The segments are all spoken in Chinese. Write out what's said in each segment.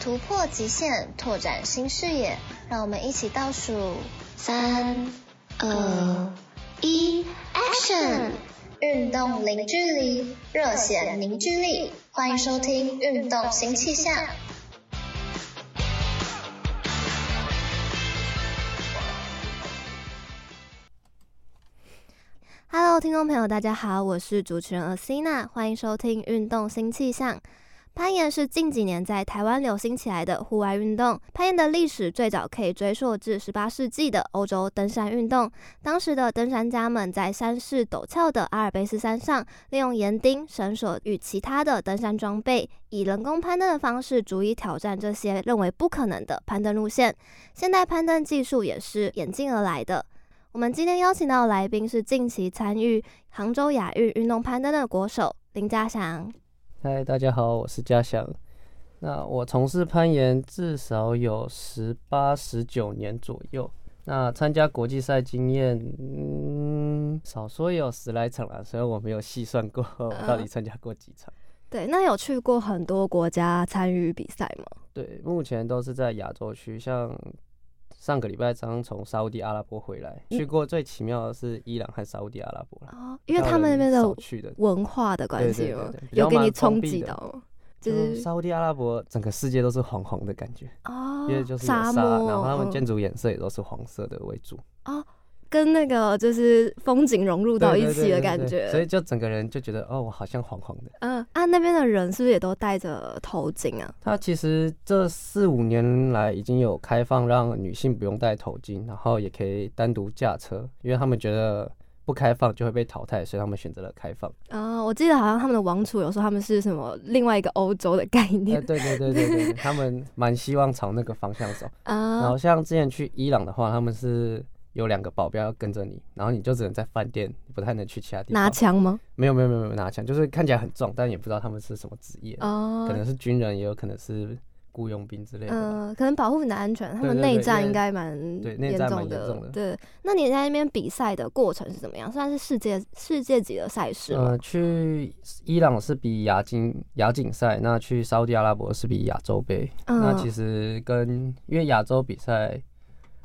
突破极限，拓展新视野，让我们一起倒数三、二、一，Action！运动零距离，热血凝聚力，欢迎收听《运动新气象》。 Hello，听众朋友，大家好，我是主持人 Asina，欢迎收听《运动新气象》。攀岩是近几年在台湾流行起来的户外运动。攀岩的历史最早可以追溯至18世纪的欧洲登山运动。当时的登山家们在山势陡峭的阿尔卑斯山上，利用岩钉、绳索与其他的登山装备，以人工攀登的方式，逐一挑战这些认为不可能的攀登路线。现代攀登技术也是演进而来的。我们今天邀请到的来宾是近期参与杭州亚运运动攀登的国手林家祥。嗨，大家好，我是嘉祥。那我从事攀岩至少有十八、十九年左右。那参加国际赛经验，嗯，少说也有十来场了，所以我没有细算过我到底参加过几场。对，那有去过很多国家参与比赛吗？对，目前都是在亚洲区，像上个礼拜刚从沙烏地阿拉伯回来，去过最奇妙的是伊朗和沙烏地阿拉伯啦，哦，嗯因为他们那边台湾的人少去的文化的关系对对吗对对？比较有给你蛮封冲闭击的到吗？就就是沙烏地阿拉伯整个世界都是黄黄的感觉，哦因为，就是有沙沙漠，然后他们嗯建筑颜色也都是黄色的为主。跟那个就是风景融入到对一对起对的对感对觉。所以就整个人就觉得哦，我好像黄黄的。嗯啊，那边的人是不是也都戴着头巾啊？它其实这四五年来已经有开放让女性不用戴头巾，然后也可以单独驾车，因为他们觉得不开放就会被淘汰，所以他们选择了开放。啊，我记得好像他们的王储有说他们是什么另外一个欧洲的概哎、念对对对对对，他们蛮希望朝那个方向走。呃然啊后像之前去伊朗的话，他们是有两个保镖要跟着你，然后你就只能在饭店，你不太能去其他地拿方。枪吗？没有没有没有没有拿枪，就是看起来很壮，但也不知道他们是什么职业。哦可，能是军人，也有可能是雇佣兵之类的吧。嗯，可能保护你的安全，他对们对内对战因应为该蛮对内严战重蛮严重的的。对，那你在那边比赛的过程是怎么样？算是世界世界级的赛事吗？呃，去伊朗是比亚锦亚锦赛，那去沙烏地阿拉伯是比亚洲杯。呃那嗯其实跟因为亚洲比赛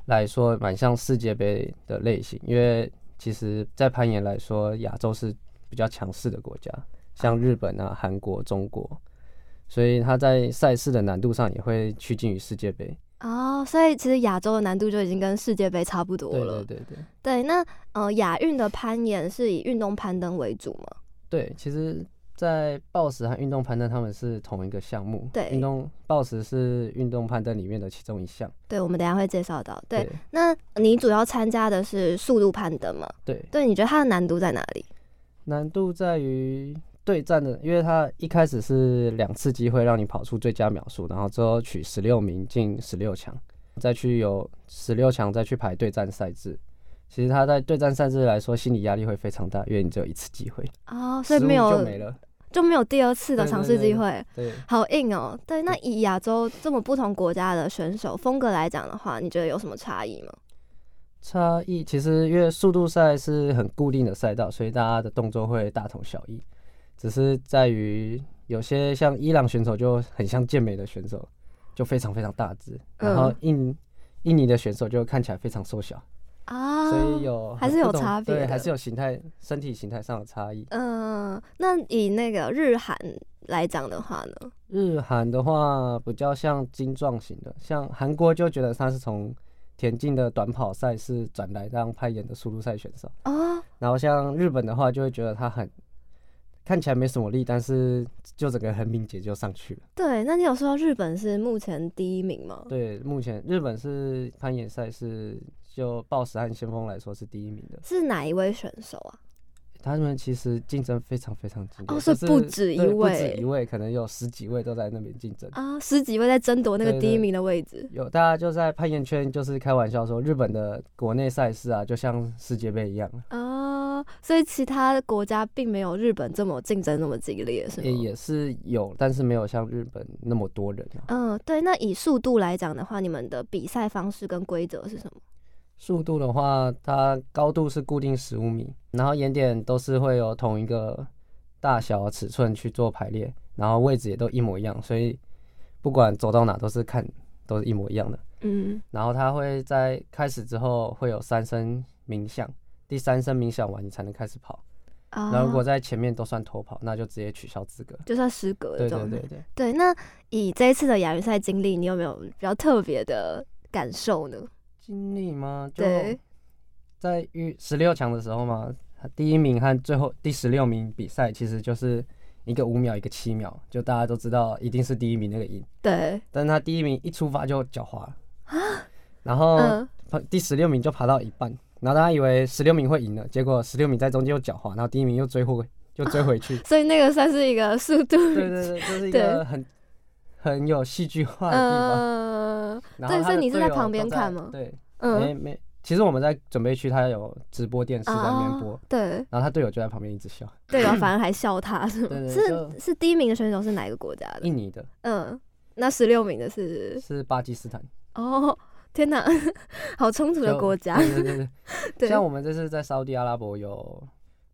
来说，蛮像世界杯的类型，因为其实，在攀岩来说，亚洲是比较强势的国家，像日本啊、韩国、中国，所以它在赛事的难度上也会趋近于世界杯。哦，所以其实亚洲的难度就已经跟世界杯差不多对了对。对对。对，那呃，亚运的攀岩是以运动攀登为主吗？对，其实，在暴食和运动攀登他们是同一个项目。对运动暴食是运动攀登里面的其中一项。对，我们等一下会介绍到。对，那你主要参加的是速度攀登吗？对，对，你觉得它的难度在哪里？难度在于对战的，因为它一开始是两次机会让你跑出最佳秒数，然后之后取十六名进十六强，再去有十六强再去排对战赛制。其实它在对战赛制来说，心理压力会非常大，因为你只有一次机会，哦，所以失误没有就没了。就没有第二次的对尝对试对机会。对，好硬哦，对。那以亚洲这么不同国家的选手风格来讲的话，你觉得有什么差异吗？差异其实因为速度赛是很固定的赛道，所以大家的动作会大同小异，只是在于有些像伊朗选手就很像健美的选手，就非常非常大只，然后嗯印印尼的选手就看起来非常瘦小，啊，所以有还很是有不同差别对，的还是有形态身体形态上的差异。嗯、那以那个日韩来讲的话呢？日韩的话比较像精壮型的，像韩国就觉得他是从田径的短跑赛事转来当攀岩的速度赛选手。哦，然后像日本的话，就会觉得他很看起来没什么力，但是就整个很敏捷就上去了。对，那你有说到日本是目前第一名吗？对，目前日本是攀岩赛事就暴食和先锋来说是第一名的，是哪一位选手啊？他们其实竞争非常非常激烈，哦就是不止一对不位止一位，可能有十几位都在那边竞争。啊，十几位在争夺那个对第一对名的位置，有大家就在攀岩圈就是开玩笑说，日本的国内赛事啊，就像世界杯一样，哦，所以其他国家并没有日本这么竞争那么激烈，是吗？也也是有，但是没有像日本那么多人啊。嗯，对。那以速度来讲的话，你们的比赛方式跟规则是什么？速度的话，它高度是固定十五米，然后岩点都是会有同一个大小尺寸去做排列，然后位置也都一模一样，所以不管走到哪都是看都是一模一样的。嗯，然后它会在开始之后会有三声鸣响，第三声鸣响完你才能开始跑。啊，那、如果在前面都算偷跑，那就直接取消资格。就算失格的对状对态。对对，对，那以这一次的亚运赛经历，你有没有比较特别的感受呢？经历吗？就对在预十六强的时候嘛，第一名和最后第十六名比赛其实就是一个五秒一个七秒，就大家都知道一定是第一名那个赢，对，啊但他第一名一出发就脚滑了，然后嗯，，爬第十六名就爬到一半，然后大家以为十六名会赢了，结果十六名在中间又脚滑，然后第一名又追回又追回去所以那个算是一个速度， 对对对，这是一啊对个很很有戏剧化的地方。嗯，然后对他所以的你是队在友旁都边在看吗对，没嗯，没，其实我们在准备区，他有直播电视哎在那边播，啊，对，然后他队友就在旁边一直笑。对吧？反而还笑他是吗？对对是就是第一名的选手是哪一个国家的？印尼的嗯，那十六名的是是巴基斯坦哦，天哪，好冲突的就国家。 对对对 对对，像我们这次在沙地阿拉伯有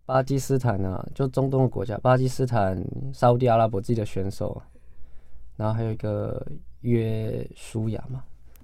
巴基斯坦啊，就中东的国家，巴基斯坦、沙地阿拉伯自己的选手，然后还有一个约书亚嘛，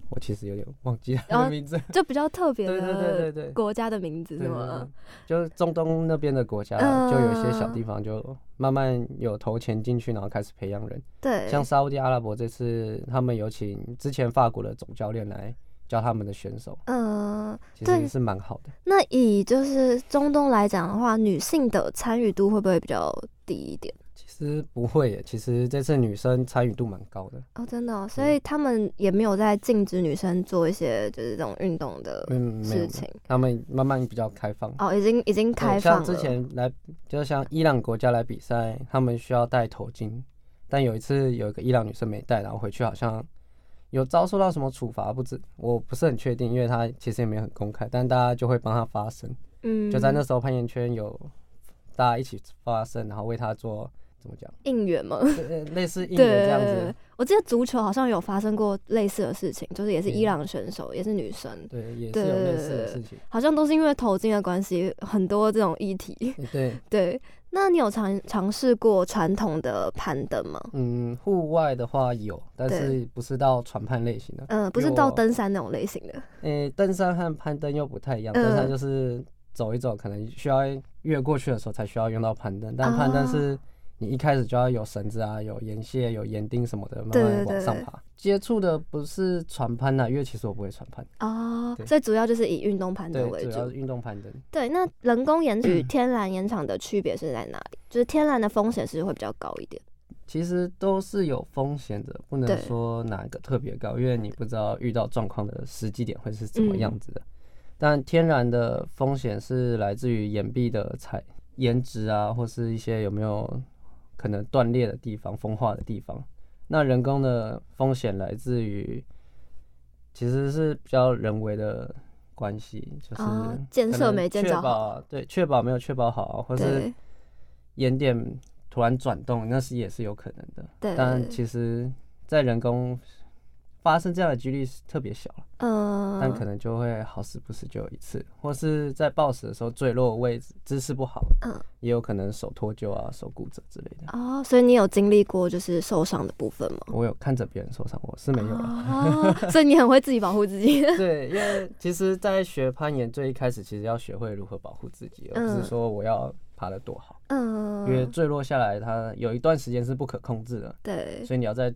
我其实有点忘记他然后的名字。就比较特哦别对对对对的对。国家的名字对是对对吗？，就是中东那边的国家，就有一些小地方就慢慢有投钱进去，然后开始培养人。对，像沙烏地阿拉伯这次，他们有请之前法国的总教练来教他们的选手，嗯，其对实是蛮好的。那以就是中东来讲的话，女性的参与度会不会比较低一点？其实不会耶，其实这次女生参与度蛮高的。哦，真的哦、所嗯以他们也没有在禁止女生做一些就是这种运动的嗯，没有事，情。他们慢慢比较开放。哦，已经已经对开放了。像之前来，就像伊朗国家来比赛，他们需要戴头巾，但有一次有一个伊朗女生没戴，然后回去好像有遭受到什么处罚，不知我不是很确定，因为她其实也没有很公开，但大家就会帮她发声。嗯，就在那时候攀岩圈有大家一起发声，然后为他做怎么讲，应援嘛，呃类似应对援这样子，。我记得足球好像有发生过类似的事情，就是也是伊嗯朗选手，也是女生，对，也是有类似的事情。好像都是因为头巾的关系，很多这种议题。 呃对，对，那你有尝尝试过传统的攀登吗？嗯，户外的话有，但是不是到船攀类型的。嗯、不是有啊到登山那种类型的。诶、登山和攀登又不太一样，嗯登山就是走一走，可能需要越过去的时候才需要用到攀登，但攀登哦是你一开始就要有绳子啊，有岩线、有岩钉什么的，慢对慢对往上对爬。接触的不是船攀啊呐、因为其实我不会船攀，哦，对所以主要就是以运动攀登为对，主要嗯主是。运动攀登。对，那人工岩与天然岩场的区别是在哪里？就是天然的风险是会比较高一点。其实都是有风险的，不对能说哪一个特别高，因为你不知道遇到状况的时机点会是怎嗯么样子的。但天然的风险是来自于岩壁的材颜值啊，或是一些有没有可能断裂的地方、风化的地方。那人工的风险来自于，其实是比较人为的关系，就是哦建设可能没建确造好保对，确保没有确保好啊，或是对岩点突然转动，那是也是有可能的。对，但其实，在人工发生这样的几率是特别小了，嗯，但可能就会好死不死就有一次，或是在暴死的时候坠落位置姿势不好，嗯也有可能手脱臼啊、手骨折之类的。哦，所以你有经历过就是受伤的部分吗？我有看着别人受伤，我是没有了。哦，所以你很会自己保护自 己。对，因为其实，在学攀岩最一开始，其实要学会如何保护自己，而不嗯是说我要爬得多好，因为嗯，坠落下来，它有一段时间是不可控制的，对所以你要在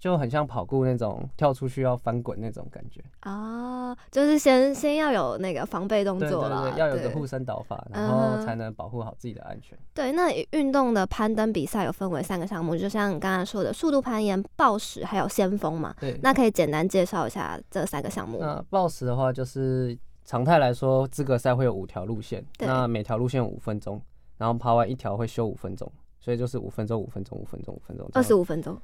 就很像跑酷那种跳出去要翻滚那种感觉。啊、哦，就是先先要有那个防备动对作对啦，对，要有对个护身导法，然嗯后哼才能保护好自己的安全。对，那运动的攀登比赛有分为三个项目，就像你刚才说的速度攀岩、暴食还有先锋嘛。对，那可以简单介绍一下这三个项目。那暴食的话就是常态来说，资格赛会有五条路线，对那每条路线五分钟，然后爬完一条会休五分钟，所以就是五分钟、五分钟、五分钟、五分钟。二十五分钟，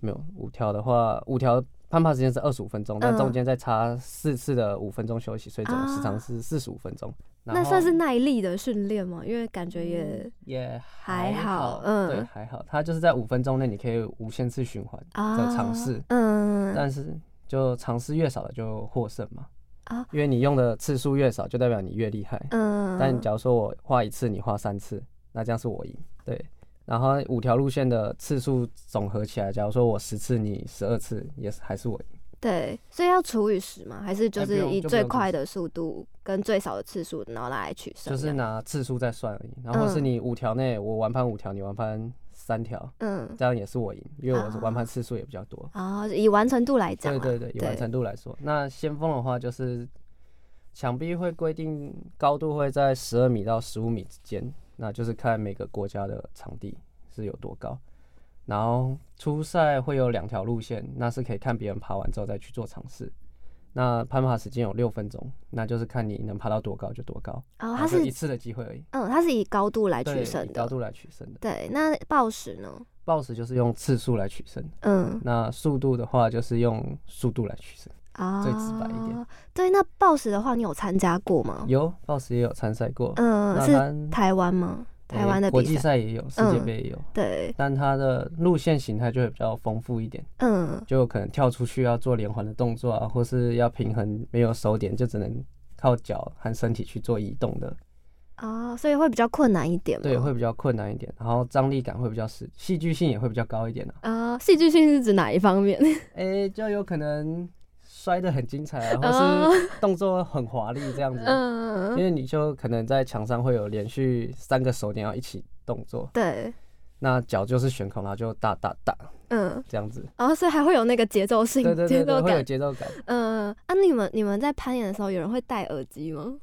没有五条的话，五条攀爬时间是二十五分钟，但嗯中间再插四次的五分钟休息，所以总时啊长是四十五分钟。然那后算是耐力的训练吗？因为感觉也也还好好，嗯对，还好。它就是在五分钟内你可以无限次循环啊，的尝试，嗯，但是就尝试越少的就获胜嘛。啊，因为你用的次数越少，就代表你越厉害。嗯，但假如说我画一次，你画三次，那这样是我赢。对，然后五条路线的次数总合起来，假如说我十次，你十二次，也是还是我赢。对，所以要除以十嘛，还是就哎不是用以就不最用除快以的速度跟最少的次数，然后来取胜就这是样，拿次数再算而已。然后或是嗯你五条内，我玩盘五条，你玩盘三条，嗯，这样也是我赢，因为我是啊玩盘次数也比较多。啊，以完成度来讲啊对啦，对对，以完成度来说，那先锋的话就是墙壁会规定高度会在十二米到十五米之间，那就是看每个国家的场地是有多高。然后初赛会有两条路线，那是可以看别人爬完之后再去做尝试。那攀爬时间有六分钟，那就是看你能爬到多高就多高，哦，然它后就是一次的机会而已，嗯，它是以高度来啊对，取以胜高的，度来取胜的。对，那暴食呢？暴食就是用次数来取胜，嗯那速度的话就是用速度来取胜。啊，最直白一点。对，那暴食的话，你有参加过吗？有，暴食也有参赛过，嗯，那是它台湾吗？台诶湾的国比际赛？赛也有，世界嗯杯也有，对，但它的路线形态就会比较丰富一点，嗯，就可能跳出去要做连环的动作啊，或是要平衡没有手点，就只能靠脚和身体去做移动的，啊，所以会比较困难一点吗？对，会比较困难一点，然后张力感会比较实，戏剧性也会比较高一点啊，啊，戏剧性是指哪一方面？诶、就有可能摔得很精彩哦啊，或是 动作很华丽这样子，因嗯，为你就可能在墙上会有连续三个手点要一起动作，对，那脚就是悬空，然后就哒哒哒嗯，这样子。然后所以还会有那个节奏性对对、节对对，奏会有感。节奏感。嗯，啊，你们你们在攀岩的时候，有人会戴耳机吗？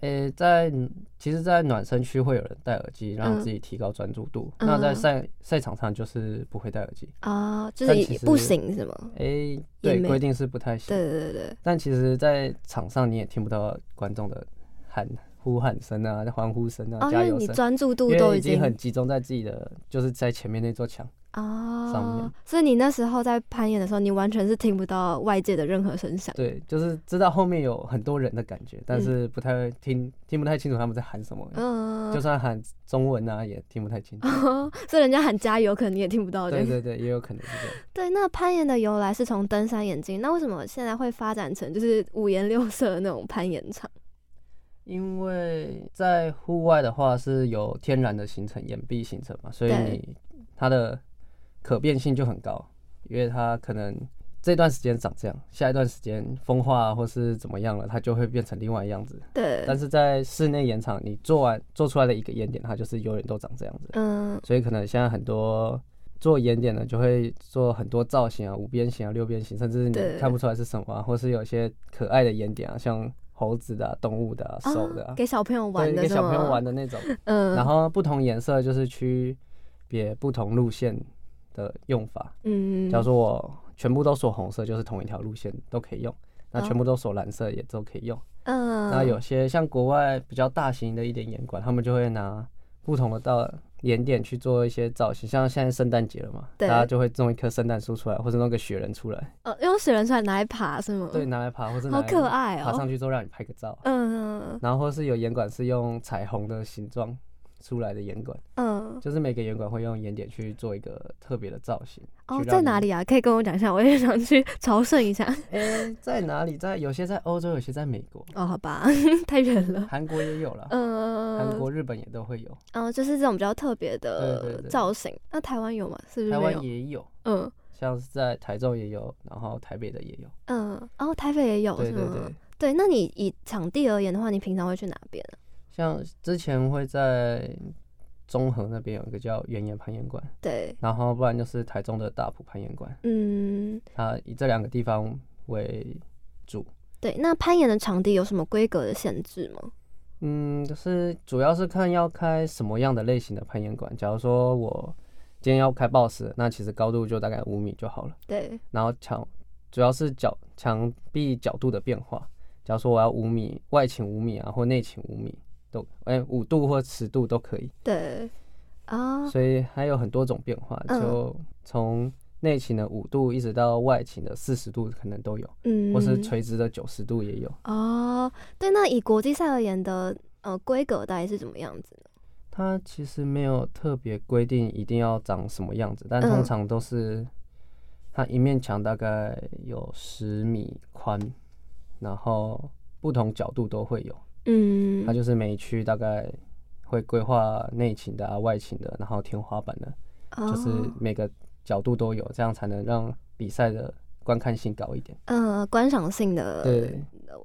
诶、在其实，在暖身区会有人戴耳机，让嗯自己提高专注度。嗯那在赛赛场上就是不会戴耳机。啊，就但是其不实行是吗？诶、哦也对，没规定是不太行。对对对对，但其实，在场上你也听不到观众的喊呼喊声啊、欢呼声啊、哦，因加为油你声，专注度因都为已经很集中在自己的，就是在前面那座墙。上啊面，所以你那时候在攀岩的时候，你完全是听不到外界的任何声响。对，就是知道后面有很多人的感觉，但是不太会听听不太清楚他们在喊什么。嗯，就算喊中文啊，也听不太清楚。所以人家喊加油，可能你也听不到。对对对对，也有可能是这样。对，那攀岩的由来是从登山眼镜，那为什么现在会发展成就是五颜六色的那种攀岩场？因为在户外的话是有天然的形成岩壁形成嘛，所以对你它的可变性就很高，因为它可能这段时间长这样，下一段时间风化啊或是怎么样了，它就会变成另外样子。对，但是在室内岩场，你做完做出来的一个岩点，它就是永远都长这样子，嗯所以可能现在很多。做岩点的就会做很多造型啊，五边形啊、六边形，甚至你对看不出来是什么啊，或是有些可爱的岩点啊，像猴子的啊、动物的啊、手的啊，给小朋友玩对，的，给小朋友玩。的那种。 嗯，然后不同颜色就是区别不同路线的用法。嗯，假如说我全部都锁红色，就是同一条路线都可以用；那哦全部都锁蓝色也都可以用。嗯，那有些像国外比较大型的一点岩馆，他们就会拿不同的到岩点去做一些造型，像现在圣诞节了嘛，对大家就会种一棵圣诞树出来，或者弄个雪人出来，呃用雪人出来拿来爬是吗？对，，拿来爬，或者拿好来可爱爬哦。上去之后让你拍个照。嗯然后或是有岩馆是用彩虹的形状出来的岩馆，嗯，就是每个圆管会用眼点去做一个特别的造型。哦，去在让哪你？里啊？可以跟我讲一下，我 也想去朝圣 一下。诶、在哪里？在有些在欧洲，有些在美国，哦，好吧， 太远了。韩国也有啦，嗯，韩、国、日本也都会有，嗯，就是这种比较特别对的对对造型。那台湾有吗？是不是台没湾有？也有，嗯像是在台中也有，然后台北的也有。嗯，哦，台北也有对是对吗？对，对那你以场地而言的话，你平常会去哪边啊？像之前会在中和那边有一个叫原岩攀岩馆，对，然后不然就是台中的大埔攀岩馆，嗯，它以这两个地方为主。对。那攀岩的场地有什么规格的限制吗？嗯，就是主要是看要开什么样的类型的攀岩馆。假如说我今天要开 BOSS，的那其实高度就大概五米就好了。对，然后墙主要是角墙壁角度的变化，假如说我要五米外倾五米啊，或内倾五米都，哎五度或十度都可以。对，哦，所以还有很多种变化，嗯就从内倾的五度一直到外倾的四十度可能都有，嗯，或是垂直的九十度也有。哦，对，那以国际赛而言的呃规格大概是怎么样子呢？它其实没有特别规定一定要长什么样子，但嗯通常都是它一面墙大概有十米宽，然后不同角度都会有。嗯，它就是每一区大概会规划内倾的啊、外倾的，然后天花板的，就就是每个角度都有，这样才能让比赛的观看性高一点。呃观赏性的对，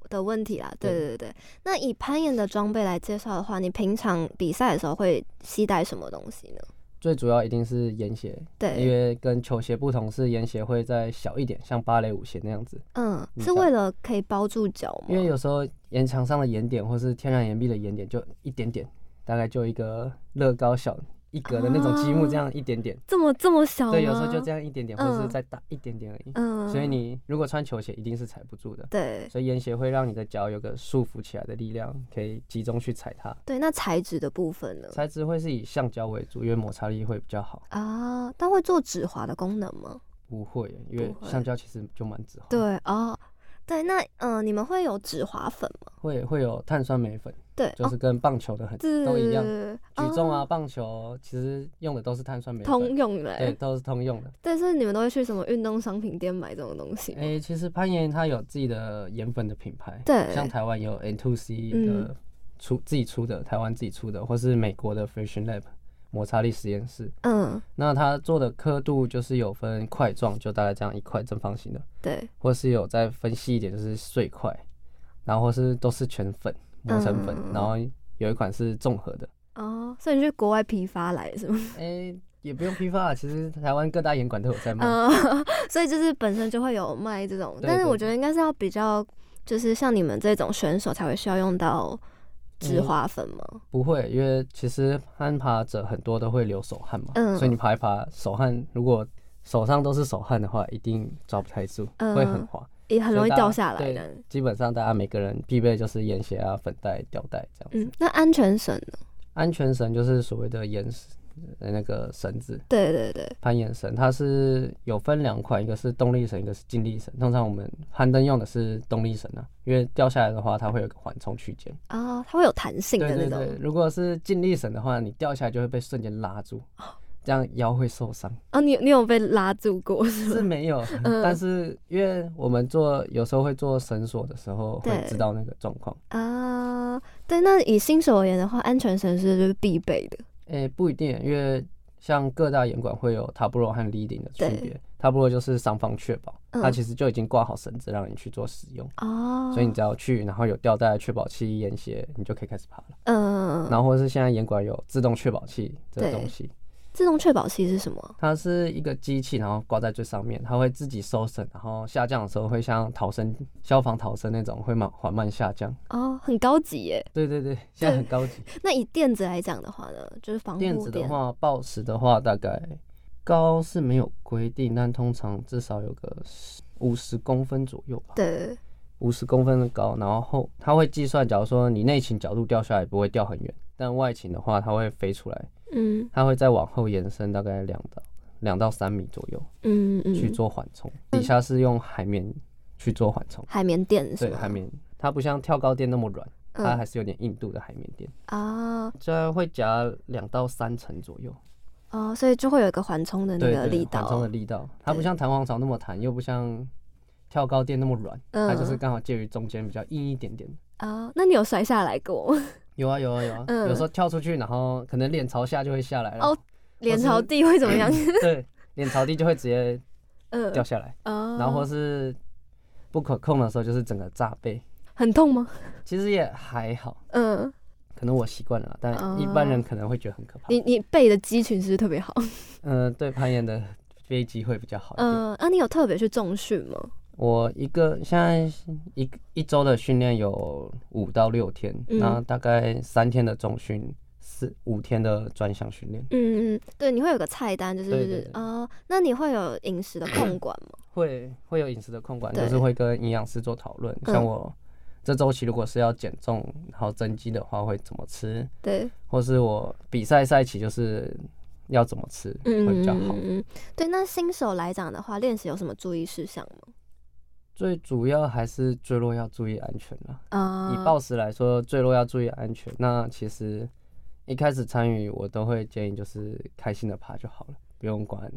的问题啦。对对对对对。那以攀岩的装备来介绍的话，你平常比赛的时候会携带什么东西呢？最主要一定是岩鞋，因对，为跟球鞋不同，是岩鞋会再小一点，像芭蕾舞鞋那样子。嗯，你是看为了可以包住脚吗？因为有时候岩墙上的岩点或是天然岩壁的岩点就一点点，大概就一个乐高小一格的那种积啊木，这样一点点。这么这么小吗？对，有时候就这样一点点，或者嗯是再大一点点而已。嗯，所以你如果穿球鞋，一定是踩不住的。对所以岩鞋会让你的脚有个束缚起来的力量，可以集中去踩它。对，那材质的部分呢？材质会是以橡胶为主，因为摩擦力会比较好。啊，但会做止滑的功能吗？不会，因为不会橡胶其实就蛮止滑。，对哦，对，那嗯、呃你们会有止滑粉吗？会会有碳酸镁粉，对，就哦，是跟棒球的很对都一样。举举重啊，棒球其实用的都是碳酸镁粉。通用对，嘞。都是通用的。但是你们都会去什么运动商品店买这种东西吗？诶、其实攀岩它有自己的岩粉的品牌，对像台湾有 N Two C 嗯的出、自己出的，台湾自己出的，或是美国的 Friction Lab 摩擦力实验室。嗯，那它做的刻度就是有分块状，就大概这样一块正方形的，对，或是有再分细一点就是碎块，然后或是都是全粉磨成粉，嗯然后有一款是综合的。哦，所以你去国外批发来是吗？诶、也不用批发啦，啊其实台湾各大岩馆都有在卖。啊、 所以就是本身就会有卖这种，嗯对但是对我觉得应该是要比较，就是像你们这种选手才会需要用到止嗯滑粉吗？不会，因为其实攀爬者很多都会流手汗嘛，嗯所以你爬一爬，手汗如果手上都是手汗的话，一定抓不太住，嗯会很滑。也很容易所以大家掉下来啊对的。基本上大家每个人必备就是岩鞋啊、粉带、吊带这样嗯，子。那安全绳呢？安全绳就是所谓的岩绳呃那个绳子，对对对，攀岩绳，它是有分两款，一个是动力绳，一个是静力绳。通常我们攀登用的是动力绳啊，因为掉下来的话，它会有个缓冲区间。啊、它会有弹性的那对对种。对，如果是尽力绳的话，你掉下来就会被瞬间拉住，这样腰会受伤。哦，你你有被拉住过是是吗？没 有，嗯但是因为我们做有时候会做绳索的时候，会对知道那个状况。啊、对，那以新手而言的话，安全绳是就是必备的。诶、不一定，因为像各大严管会有 tablo 和 leading 的区对别。tablo 就是上方确保，它嗯其实就已经挂好绳子让你去做使用。哦，所以你只要去，然后有吊带、确保器、岩鞋，你就可以开始爬了。嗯、然后或是现在严管有自动确保器这个对东西，自动确保器是什么？它是一个机器，然后挂在最上面，它会自己收绳，然后下降的时候会像逃生、消防逃生那种，会慢缓慢下降。哦，很高级耶。对对对，现在很高级。那以垫子来讲的话呢，就是防护垫垫子的，话，抱石的话，大概高是没有规定，但通常至少有个五十公分左右吧，对，五十公分的高。然后后它会计算，假如说你内倾角度掉下来不会掉很远，但外倾的话，它会飞出来，嗯它会再往后延伸大概两到两到三米左右。嗯嗯，去做缓冲，底下是用海绵去做缓冲。海绵垫是对，吗？海绵它不像跳高垫那么软，它嗯还是有点硬度的海绵垫，啊这会夹两到三层左右。哦，所以就会有一个缓冲的那对个力对，道，缓冲的力道，它不对像弹簧床那么弹，又不像跳高垫那么软，它就是嗯刚好介于中间，比较硬一点点。啊。那你有摔下来过吗？有啊有啊有啊，嗯有时候跳出去，然后可能脸朝下就会下来了。哦，脸朝地会怎么 样？ 对， 脸朝地就会直接嗯，掉下来，哦，然后或是不可控的时候，就是整个炸背。很痛吗？其实也还好，嗯，可能我习惯了啦，但一般人可能会觉得很可怕。哦你你背的肌群是不是特别好？嗯、对攀岩的飞机会比较好一点。嗯，那、你有特别去重训吗？我一个现在一一周的训练有五到六天，嗯那大概三天的重训，四五天的专项训练。嗯嗯，对，你会有个菜单，就是对对对哦，那你会有饮 食的控管吗？会会有饮食的控管，对就是会跟营养师做讨论。嗯像我这周期如果是要减重然后增肌的话，会怎么吃，对，或是我比赛赛期就是要怎么吃会比较好。嗯，对。那新手来讲的话，练习有什么注意事项吗？最主要还是坠落要注意安全啦。啊、以暴食来说，坠落要注意安全。那其实一开始参与，我都会建议就是开心的爬就好了，不用管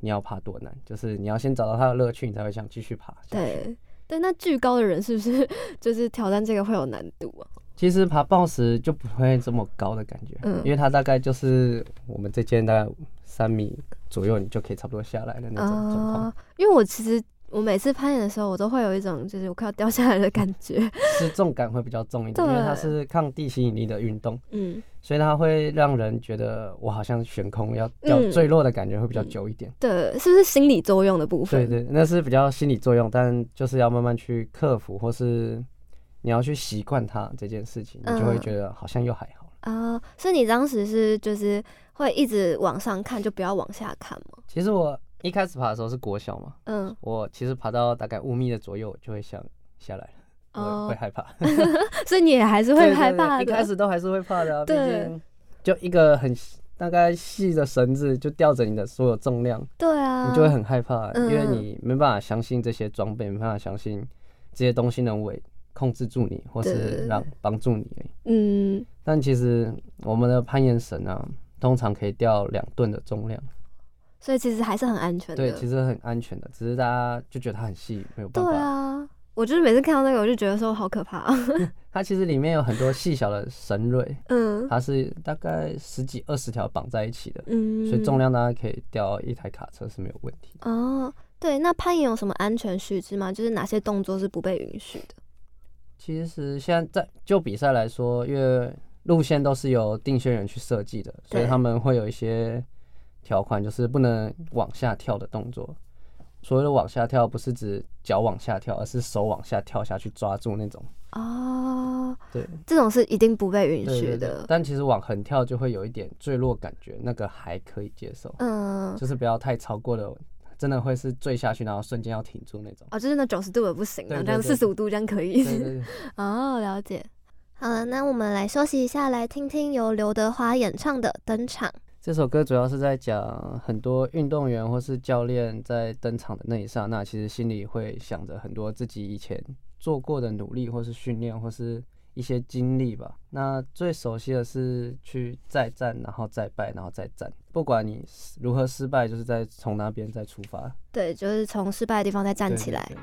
你要爬多难，就是你要先找到它的乐趣，你才会想继续爬。，对对，那巨高的人是不是 就是挑战这个会有难度啊？其实爬暴食就不会这么高的感觉，嗯因为它大概就是我们这间大概三米左右，你就可以差不多下来的那种状况。啊，因为我其实我每次攀岩的时候，我都会有一种就是我快要掉下来的感觉。失重感会比较重一点，因为它对是抗地吸引力的运动， 嗯，所以它会让人觉得我好像悬空要要嗯坠落的感觉会比较久一点。对，是不是心理作用的部对分？对，那是比较心理作用，但就是要慢慢去克服，或是你要去习惯它这件事情，你就会嗯觉得好像又还好了。啊、所以你当时是就是会一直往上看，就不要往下看吗？其实我一开始爬的时候是国小嘛，嗯，我其实爬到大概五米的左右，我就会想下来了，我会哦，害怕，所以你也还是对 会对害 对怕的。一开始都还是会怕的啊，毕对竟就一个很细大概细的绳子就吊着你的所有重量，对啊，你就会很害怕，因为嗯你没办法相信这些装备，没办法相信这些东西能为控制住你，或对对对是让帮助你而已。嗯，但其实我们的攀岩绳啊，通常可以吊两吨的重量，所以其实还是很安全的。对，其实很安全的，只是大家就觉得它很细，没有办对法。啊，我就是每次看到那个，我就觉得说好可怕、 啊。它其实里面有很多细小的绳蕊，嗯它是大概十几二十条绑在一起的，嗯，所以重量大家可以吊一台卡车是没有问题的。哦，对，那攀岩有什么安全须知吗？就是哪些动作是不被允许的？其实现在在就比赛来说，因为路线都是由定线员去设计的，所以对他们会有一些条款，就是不能往下跳的动作。所谓的往下跳，不是指脚往下跳，而是手往下跳下去抓住那种。哦，对，这种是一定不被允对许对对的。但其实往横跳就会有一点坠落感觉，那个还可以接受，嗯，。就是不要太超过了，真的会是坠下去，然后瞬间要停住那种 哦，就是那九十度也不行对啊，对这样对四十五度这样可以。对对对。 哦，了解。好了，那我们来休息一下，来听听由刘德华演唱的《登场》。这首歌主要是在讲很多运动员或是教练在登场的那一刹那，其实心里会想着很多自己以前做过的努力，或是训练，或是一些经历吧。那最熟悉的是去再战，然后再败，然后再战。不管你如何失败，就是在从那边再出发，对，就是从失败的地方再站对起对来。对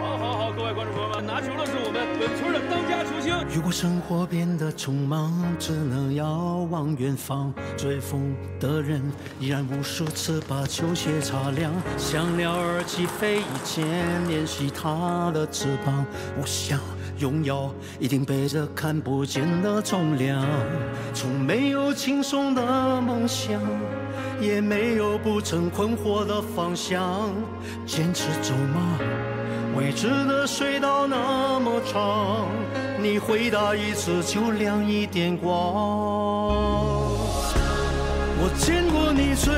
好好好，各位观众朋友们，拿球的是我们本村的当家球星。如果生活变得匆忙，只能遥望远方。追风的人依然无数次把球鞋擦亮。像鸟儿起飞以前练习它的翅膀。我想拥有一定背着看不见的重量。从没有轻松的梦想，也没有不曾困惑的方向。坚持走吗？未知的隧道那么长，你回答一次就亮一点光。我见过你最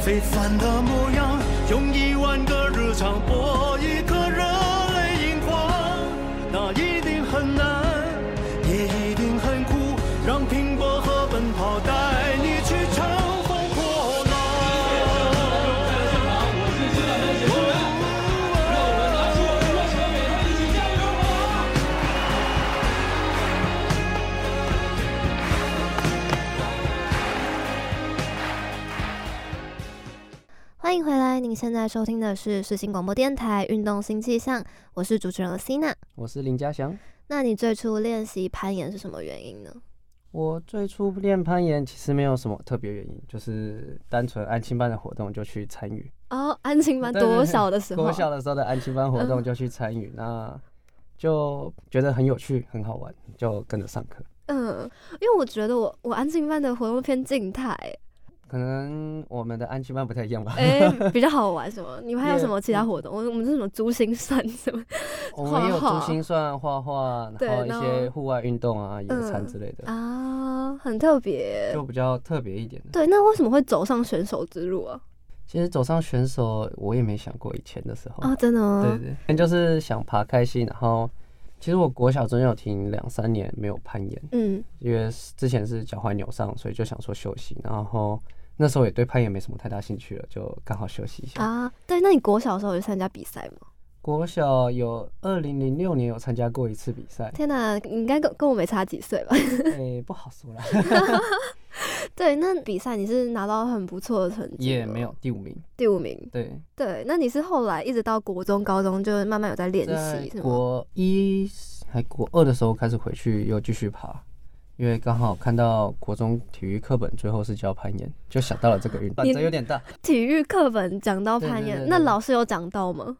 非凡的模样，用一万个日常搏一颗热泪盈眶，那一定很难，也一定很苦，让拼搏和奔跑带你去乘风破浪。欢迎回来，您现在收听的是世新广播电台《运动新气象》，我是主持人 c 娜。我是林家祥。那你最初练习攀岩是什么原因呢？我最初练攀岩其实没有什么特别原因，就是单纯安亲班的活动就去参与。哦，安亲班对对对多小的时候？啊国小的时候的安亲班活动嗯就去参与，那就觉得很有趣、很好玩，就跟着上课。嗯，因为我觉得我我安静班的活动偏静态，可能我们的安亲班不太一样吧。 哎、比较好玩什么？你们还有也什么其他活动？我我们是什么珠心算什么？ 我们也有画珠画心算、画画，对然后一然些后户外运动啊、野餐嗯之类的，啊，很特别。就比较特别一点的。对，那为什么会走上选手之路啊？其实走上选手，我也没想过以前的时候。啊，真的吗？哦对对，对就是想爬开心，然后其实我国小中间有停两三年没有攀岩，嗯，因为是之前是脚踝扭伤，所以就想说休息，然后那时候也对攀岩没什么太大兴趣了，就刚好休息一下。啊，对，那你国小的时候有参加比赛吗？，国小有二零零六年有参加过一次比赛 天哪，你应该跟跟我没差几岁吧？ 诶、不好说啦，对，那比赛你是拿到很不错的成绩，也没有第五名。第五名。对，对，那你是后来一直到国中、高中就慢慢有在练在习，是吗？国一还国二的时候开始回去又继续爬。因为刚好看到国中体育课本最后是教攀岩，就想到了这个运 动，你转折有点大。体育课本讲到对攀对岩，对那对老师有讲到吗？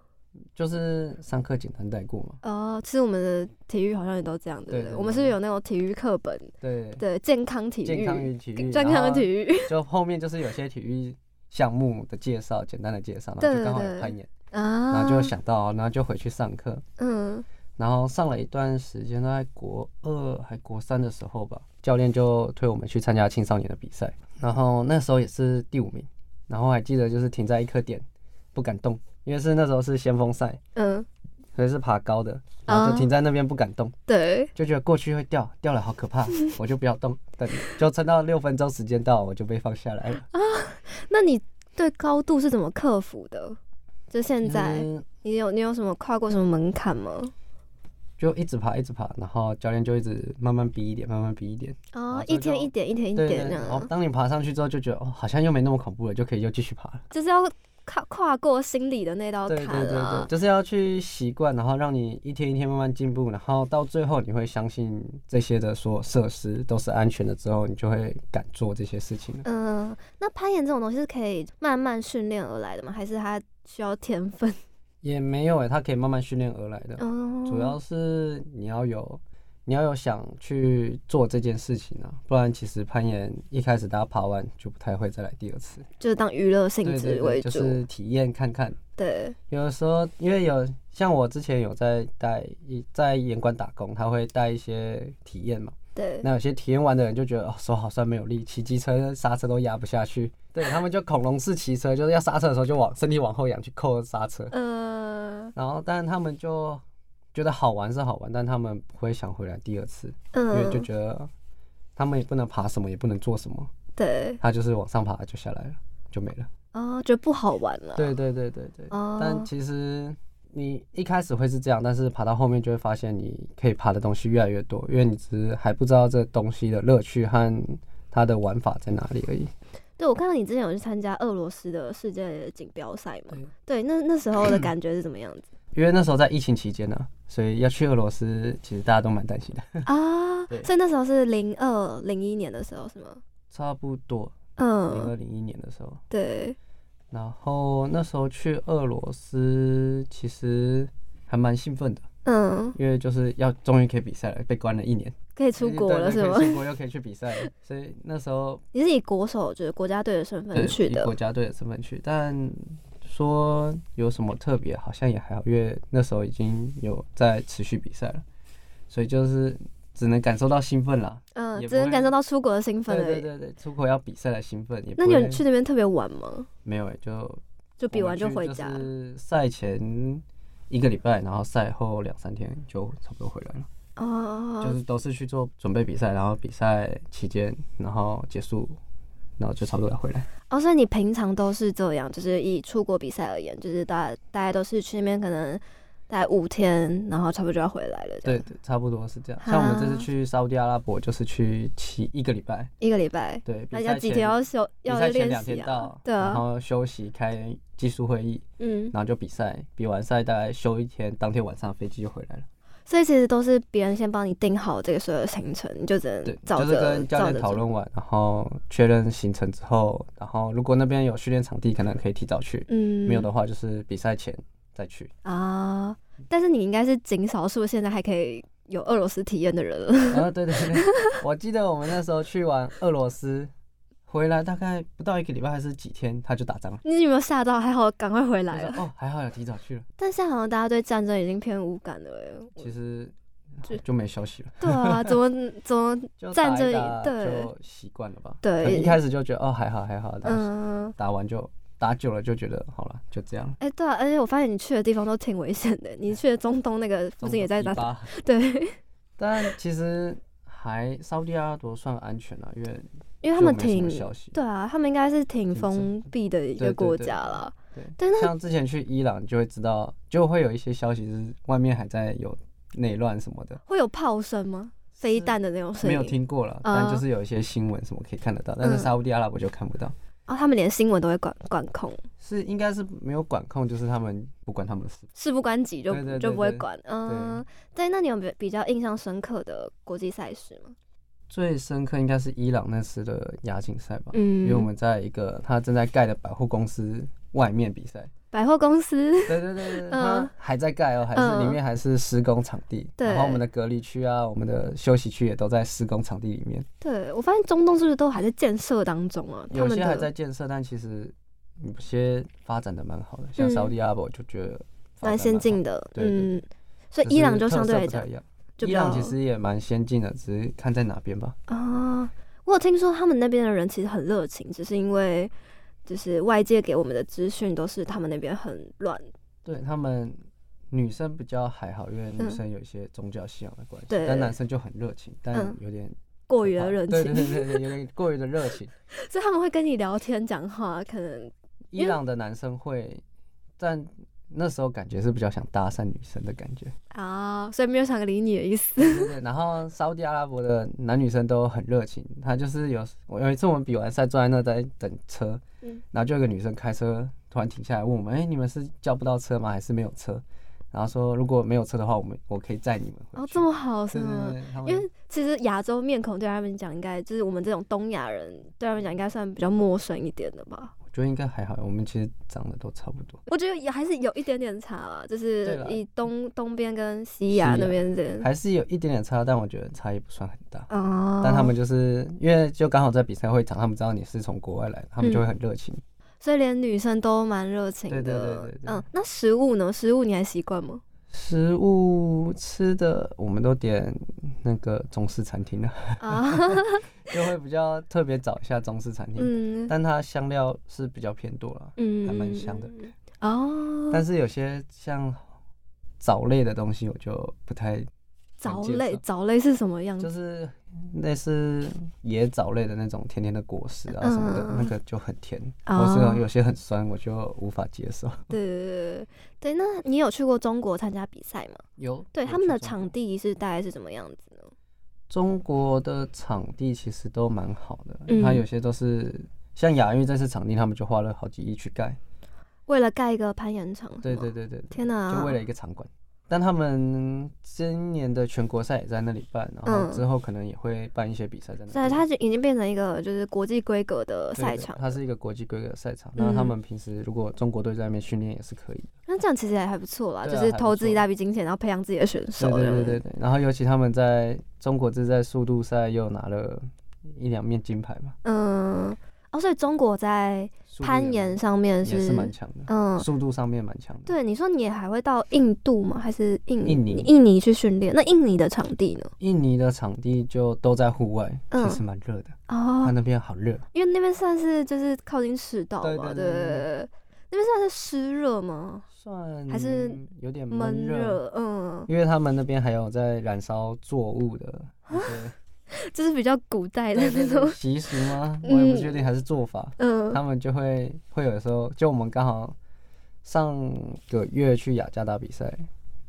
就是上课简单带过嘛。哦，其实我们的体育好像也都这样，对对不对？对我们对是有那种体育课本，对，对，健康体育、健康与体育，健康的体育，育，就后面就是有些体育项目的介绍，简单的介绍，然对后对就刚好对有攀岩，啊，然后就想到，然后就回去上课，嗯，然后上了一段时间，大概国二还国三的时候吧，教练就推我们去参加青少年的比赛，然后那时候也是第五名，然后还记得就是停在一颗点，不敢动，因为是那时候是先锋赛，嗯，所以是爬高的，然后啊就停在那边不敢动。对，就觉得过去会掉，掉了好可怕，我就不要动，等就撑到六分钟时间到，我就被放下来了。那你对高度是怎么克服的？就现在，嗯你有你有什么跨过什么门槛吗？就一直爬，一直爬，然后教练就一直慢慢逼一点，慢慢逼一点，哦啊，这一天就一点，一天一对点这对。对样，哦，当你爬上去之后，就觉得哦，好像又没那么恐怖了，就可以又继续爬了。就是要跨跨过心里的那道对坎对对对，啊。就是要去习惯，然后让你一天一天慢慢进步，然后到最后你会相信这些的所有设施都是安全的，之后你就会敢做这些事情了。嗯，那攀岩这种东西是可以慢慢训练而来的吗？还是它需要天分？也没有欸诶，它可以慢慢训练而来的。嗯， 主要是你要有，你要有想去做这件事情啊，不然其实攀岩一开始大家爬完就不太会再来第二次。就是当娱乐性对对质为对，就主。是体验看看。对，有的时候因为有像我之前有在带一在严管打工，他会带一些体验嘛。对，那有些体验完的人就觉得哦手好酸没有力，骑机车刹车都压不下去。对他们就恐龙式骑车，就是要刹车的时候就往身体往后仰去扣刹车。呃，然后，但他们就觉得好玩是好玩，但他们不会想回来第二次，因为就嗯，觉得他们也不能爬什么，也不能做什么，对，他就是往上爬就下来了，就没了。哦，觉得不好玩了。对对对对对。哦，但其实你一开始会是这样，但是爬到后面就会发现你可以爬的东西越来越多，因为你只是还不知道这东西的乐趣和它的玩法在哪里而已。对我看到你之前有去参加俄罗斯的世界锦标赛嘛？对，那那时 候的感觉是怎么样子因为那时候在疫情期间呢、所以要去俄罗斯，其实大家都蛮担心的。啊？对所以那时候是零二零一年的时候是吗？差不多零嗯，二零一年的时候。对，然后那时候去俄罗斯，其实还蛮兴奋的，嗯，因为就是要终于可以比赛了，被关了一年，可以出国了对是对吗可？以出国又可以去比赛了，所以那时候 你是以国手就是国家队的身对份去以的国家队的身份去，但说有什么特别，好像也还好，因为那时候已经有在持续比赛了，所以就是只能感受到兴奋啦。嗯，也不只能会感受到出国的兴奋对而对已。对对，出国要比赛的兴奋，也不那你会有去那边特别晚吗？没有、欸、就就比完就回家我们去就是赛前一个礼拜，然后赛后两三天就差不多回来了，就哦，是都是去做准备比赛，然后比赛期间，然后结束，然后就差不多要回来。哦，所以你平常都是这样，就是以出国比赛而言，就是大大家都是去那边可能大概五天，然后差不多就要回来了，这对样对，差不多是这样。像我们这次去沙烏地阿拉伯，就是去七一个礼拜，一个礼拜。对，比那要赛几前天要休比要赛前练两习天啊到，？对然啊，后休息开技术会议，嗯，然后就比赛，比完赛大概休一天，当天晚上飞机就回来了。所以其实都是别人先帮你定好这个所有的行程，你就只对能，照就是着跟教照练着讨做。论完，然后确认行程之后，然后如果那边有训练场地，可能可以提早去；嗯，没有的话，就是比赛前再去。啊。但是你应该是仅少数现在还可以有俄哦罗斯体验的人了。 啊，对对对，我记得我们那时候去完俄罗斯。回来大概不到一个礼拜还是几天，他就打仗了。你有没有吓到？还好，赶快回来我了。说哦，还好有提早去了，但现在好像大家对战争已经偏无感了欸。其实就就没消息了。对啊，怎 么怎么就战打一争打对就习惯了吧？对可能一开始就觉得哦还好还好，但是嗯？打完就打久了就觉得好了，就这样。哎、对啊，而且我发现你去的地方都挺危险的。你去的中东那个附近也在打嗯中东以巴， 对，但其实还沙特阿拉伯算安全了，因为因为他们就没什挺么消息对啊，他们应该是挺挺封闭的一对个对国对家了。对但那像之前去伊朗就会知道，就会有一些消息是外面还在有内乱什么的，会有炮声吗？飞弹的那种声没音？有听过了，啊但就是有一些新闻什么可以看得到，但嗯是沙特阿拉伯就看不到。哦，他们连新闻都会管管控，是应该是没有管控，就是他们不管他们的事。事不关己就对对就对不会对管。嗯，对，那你有比比较印象深刻的国际赛事吗？最深刻应该是伊朗那次的亚锦赛吧，因为我嗯，们在一个他正在盖的百货公司外面比赛。百货公司，对对对对，嗯他还在盖哦，还是里面还是施工场地，对然后我们的隔离区啊，我们的休息区也都在施工场地里面，对我发现中东是不是都还在建设当中啊？他有们些的还在建设，但其实有些发展的蛮好的，像嗯沙特阿拉伯就觉得发蛮展先进好，的，对对嗯，所以只伊是朗就特相对色来不讲太一样，就比伊较朗其实也蛮先进的，只是看在哪边吧。啊，我有听说他们那边的人其实很热情，只是因为就是外界给我们的资讯都是他们那边很乱，对他们女生比较还好，因为嗯女生有一些宗教信仰的关系，对但男生就很热情，但嗯有点过于可的怕热情，对对对对，对有点过于的热情。 所以他们会跟你聊天讲话，可能因伊为朗的男生会，但那时候感觉是比较想搭讪女生的感觉， 啊，所以没有想理你的意思。对对对。然后沙特阿拉伯的男女生都很热情，他就是有我有一次我们比完赛坐在那在等车，嗯然后就有个女生开车突然停下来问我们，哎、你们是叫不到车吗？还是没有车？然后说如果没有车的话，我们我可以载你们回去。哦，这么好是对对吗？对，他们嗯因为其实亚洲面孔对他们讲，应该就是我们这种东亚人对他们讲，应该算比较陌生一点的吧。我觉得应该还好，我们其实长得都差不多，我觉得也还是有一点点差啊，就是对啦以东东边跟西西亚亚那边的还是有一点点差，但我觉得差异不算很大。啊，但他们就是因为就刚好在比赛会场，他们知道你是从国外来的，他们嗯就会很热情。所以连女生都蛮热情的。对对对对对嗯，那食物呢？食物你还习惯 吗？食物吃的我们都点那个中式餐厅了， 啊，就会比较特别找一下中式餐厅，嗯但它香料是比较偏多了，嗯，还蛮香的。哦，但是有些像藻类的东西，我就不太藻介类绍，藻类是什么样就子？是类似野藻类的那种甜甜的果实啊什么的，嗯那个就很甜，哦或是有些很酸，我就无法接受。对对对对对，那你有去过中国参加比赛吗？有对，有他们去的中场国地是大概是怎么样子呢？中国的场地其实都蛮好的，嗯它有些都是像亚运这次场地，他们就花了好几亿去盖。为了盖一个攀岩场，对对，对对，对天啊哪，就为了一个场馆。但他们今年的全国赛也在那里办，然嗯后之后可能也会办一些比赛在那里。所以它就已经变成一个就是国际规格的对赛对场了。它是一个国际规格的赛场。嗯那他们平时如果中国队在那边训练也是可以的。那这样其实也还不错啦，对就啊是还投不资一错大笔金钱，然后培养自己的选手对这对样子。对对对。然后尤其他们在中国这在速度赛又拿了一两面金牌吧，嗯，哦，所以中国在速度也攀蛮岩上面啊也是蛮强的，嗯，速度上面蛮强的。对，你说你也还会到印度吗？还是印印尼印尼去训练？那印尼的场地呢？印尼的场地就都在户外，嗯其实蛮热的。它哦，那边好热，因为那边算是就是靠近赤道对嘛，对对对那边算是湿热吗？算还是有点闷热，热，嗯，因为他们那边还有在燃烧作物的那些就是比较古代 的对啊那嗯对种对，习俗 吗？我也不确定，还是做法。他嗯，们啊就会会有时候，就我们刚好上个月去雅加达比赛，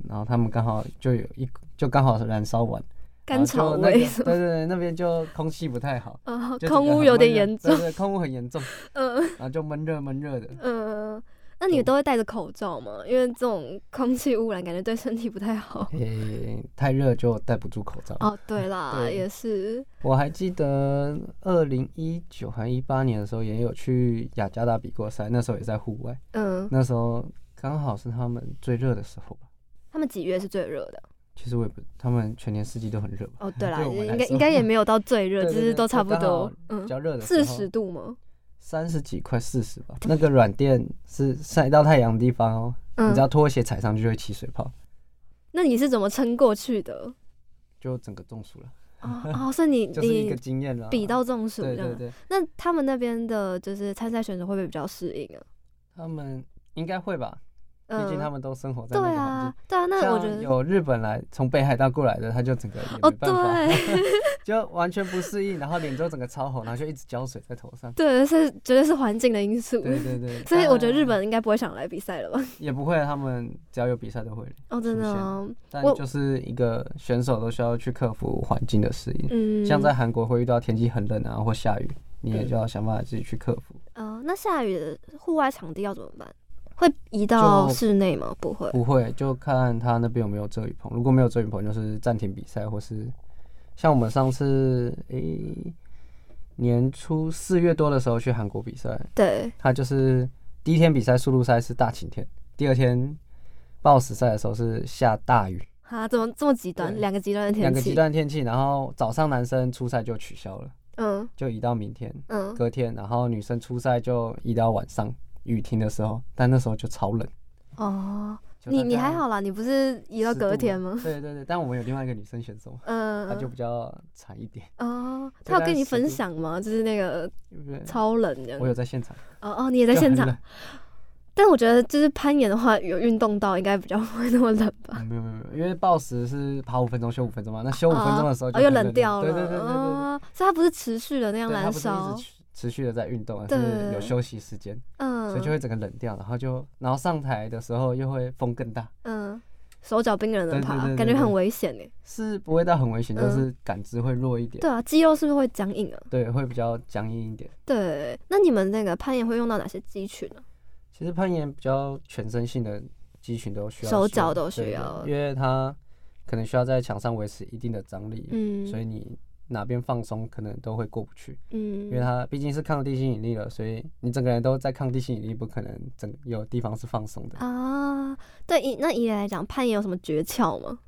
然后他们刚好就有一就刚好燃烧完，然甘后就草那个味对对对，那边就空气不太好。啊，就整空个污很有点闷热严重对，对，空污很严 重，嗯然后就闷热闷热的，嗯。那你对都会戴着口罩吗？因为这种空气污染感觉对身体不太 好。诶、太热就戴不住口罩。哦，对啦，对也是，我还记得二零一九还一八年的时候，也有去雅加达比过赛，那时候也在户外，嗯，那时候刚好是他们最热的时候吧。他们几月是最热的？其实我也不，他们全年四季都很热吧？哦，对啦，对我们来应该说应该也没有到最热， 只对对是对都差就不刚多好。比嗯，较热的四十度吗？三十几快四十吧。那个软垫是晒到太阳的地方哦，你只要嗯，拖鞋踩上去就会起水泡，那你是怎么撑过去的？就整个中暑了，哦 哦，是你就是一个你经验啦。比到中暑这对对样。对，那他们那边的就是参赛选手会不会比较适应啊？他们应该会吧，毕嗯，竟他们都生活在对那个环境啊。，对啊，那我觉像得有日本来从北海道过来的，他就整个也哦，没办法，对就完全不适应，然后脸就整个超红，然后就一直浇水在头上。 对， 是绝对是环境的因素。对对对， 所以我觉得但日本应该不会想来比赛了吧？也不会，他们只要有比赛都会。哦，真的哦，但我就是一个选手都需要去克服环境的适应，嗯，像在韩国会遇到天气很冷啊或下雨，你也嗯就要想办法自己去克服。呃，那下雨的户外场地要怎么办？会移到就室内吗？不会。不会，就看他那边有没有遮雨棚。如果没有遮雨棚，就是暂停比赛，或是像我们上次诶、年初四月多的时候去韩国比赛，对，他就是第一天比赛速度赛是大晴天，第二天 BOSS 赛的时候是下大雨，啊，怎么这么极端？对两个极端的两天个极气。端天气，然后早上男生初赛就取消了，嗯就移到明天，嗯，隔天，然后女生初赛就移到晚上雨停的时候，但那时候就超冷。哦，就你大你概还好啦，你不是移到10度隔嘛天吗？对对对，但我们有另外一个女生选手，嗯，她就比较惨一点，哦，就他有大跟概你10分度享吗？就是那个对不对？超冷这样我。有在现场，哦哦，你也在就很现场冷。。但我觉得就是攀岩的话，有运动到应该比较 啊不会那么冷吧。嗯没有没有没有，因为报时是跑五分钟休五分钟嘛，那休五分钟的时候哦就哦又很冷掉了，对对对对对对。哦，所以它不是持续的那样对，它燃不是一烧直，持持续的在运动，而对是有休息时间，嗯，所以就会整个冷掉，然后就然后上台的时候又会风更大，嗯，手脚冰冷的对对爬，对对感觉对很危险诶。是不会到很危险，就嗯是感知会弱一点，对啊，肌肉是不是会僵硬啊？对，会比较僵硬一点。对，那你们那个攀岩会用到哪些肌群啊呢、其实攀岩比较全身性的肌群都需要手训练脚都需对对要因为它可能需要在墙上维持一定的张力，嗯，所以你哪边放松可能都会过不去，嗯，因为它毕竟是抗地心引力了，所以你整个人都在抗地心引力，不可能整有地方是放松的。啊，对以那以来讲，攀岩有什么诀窍吗？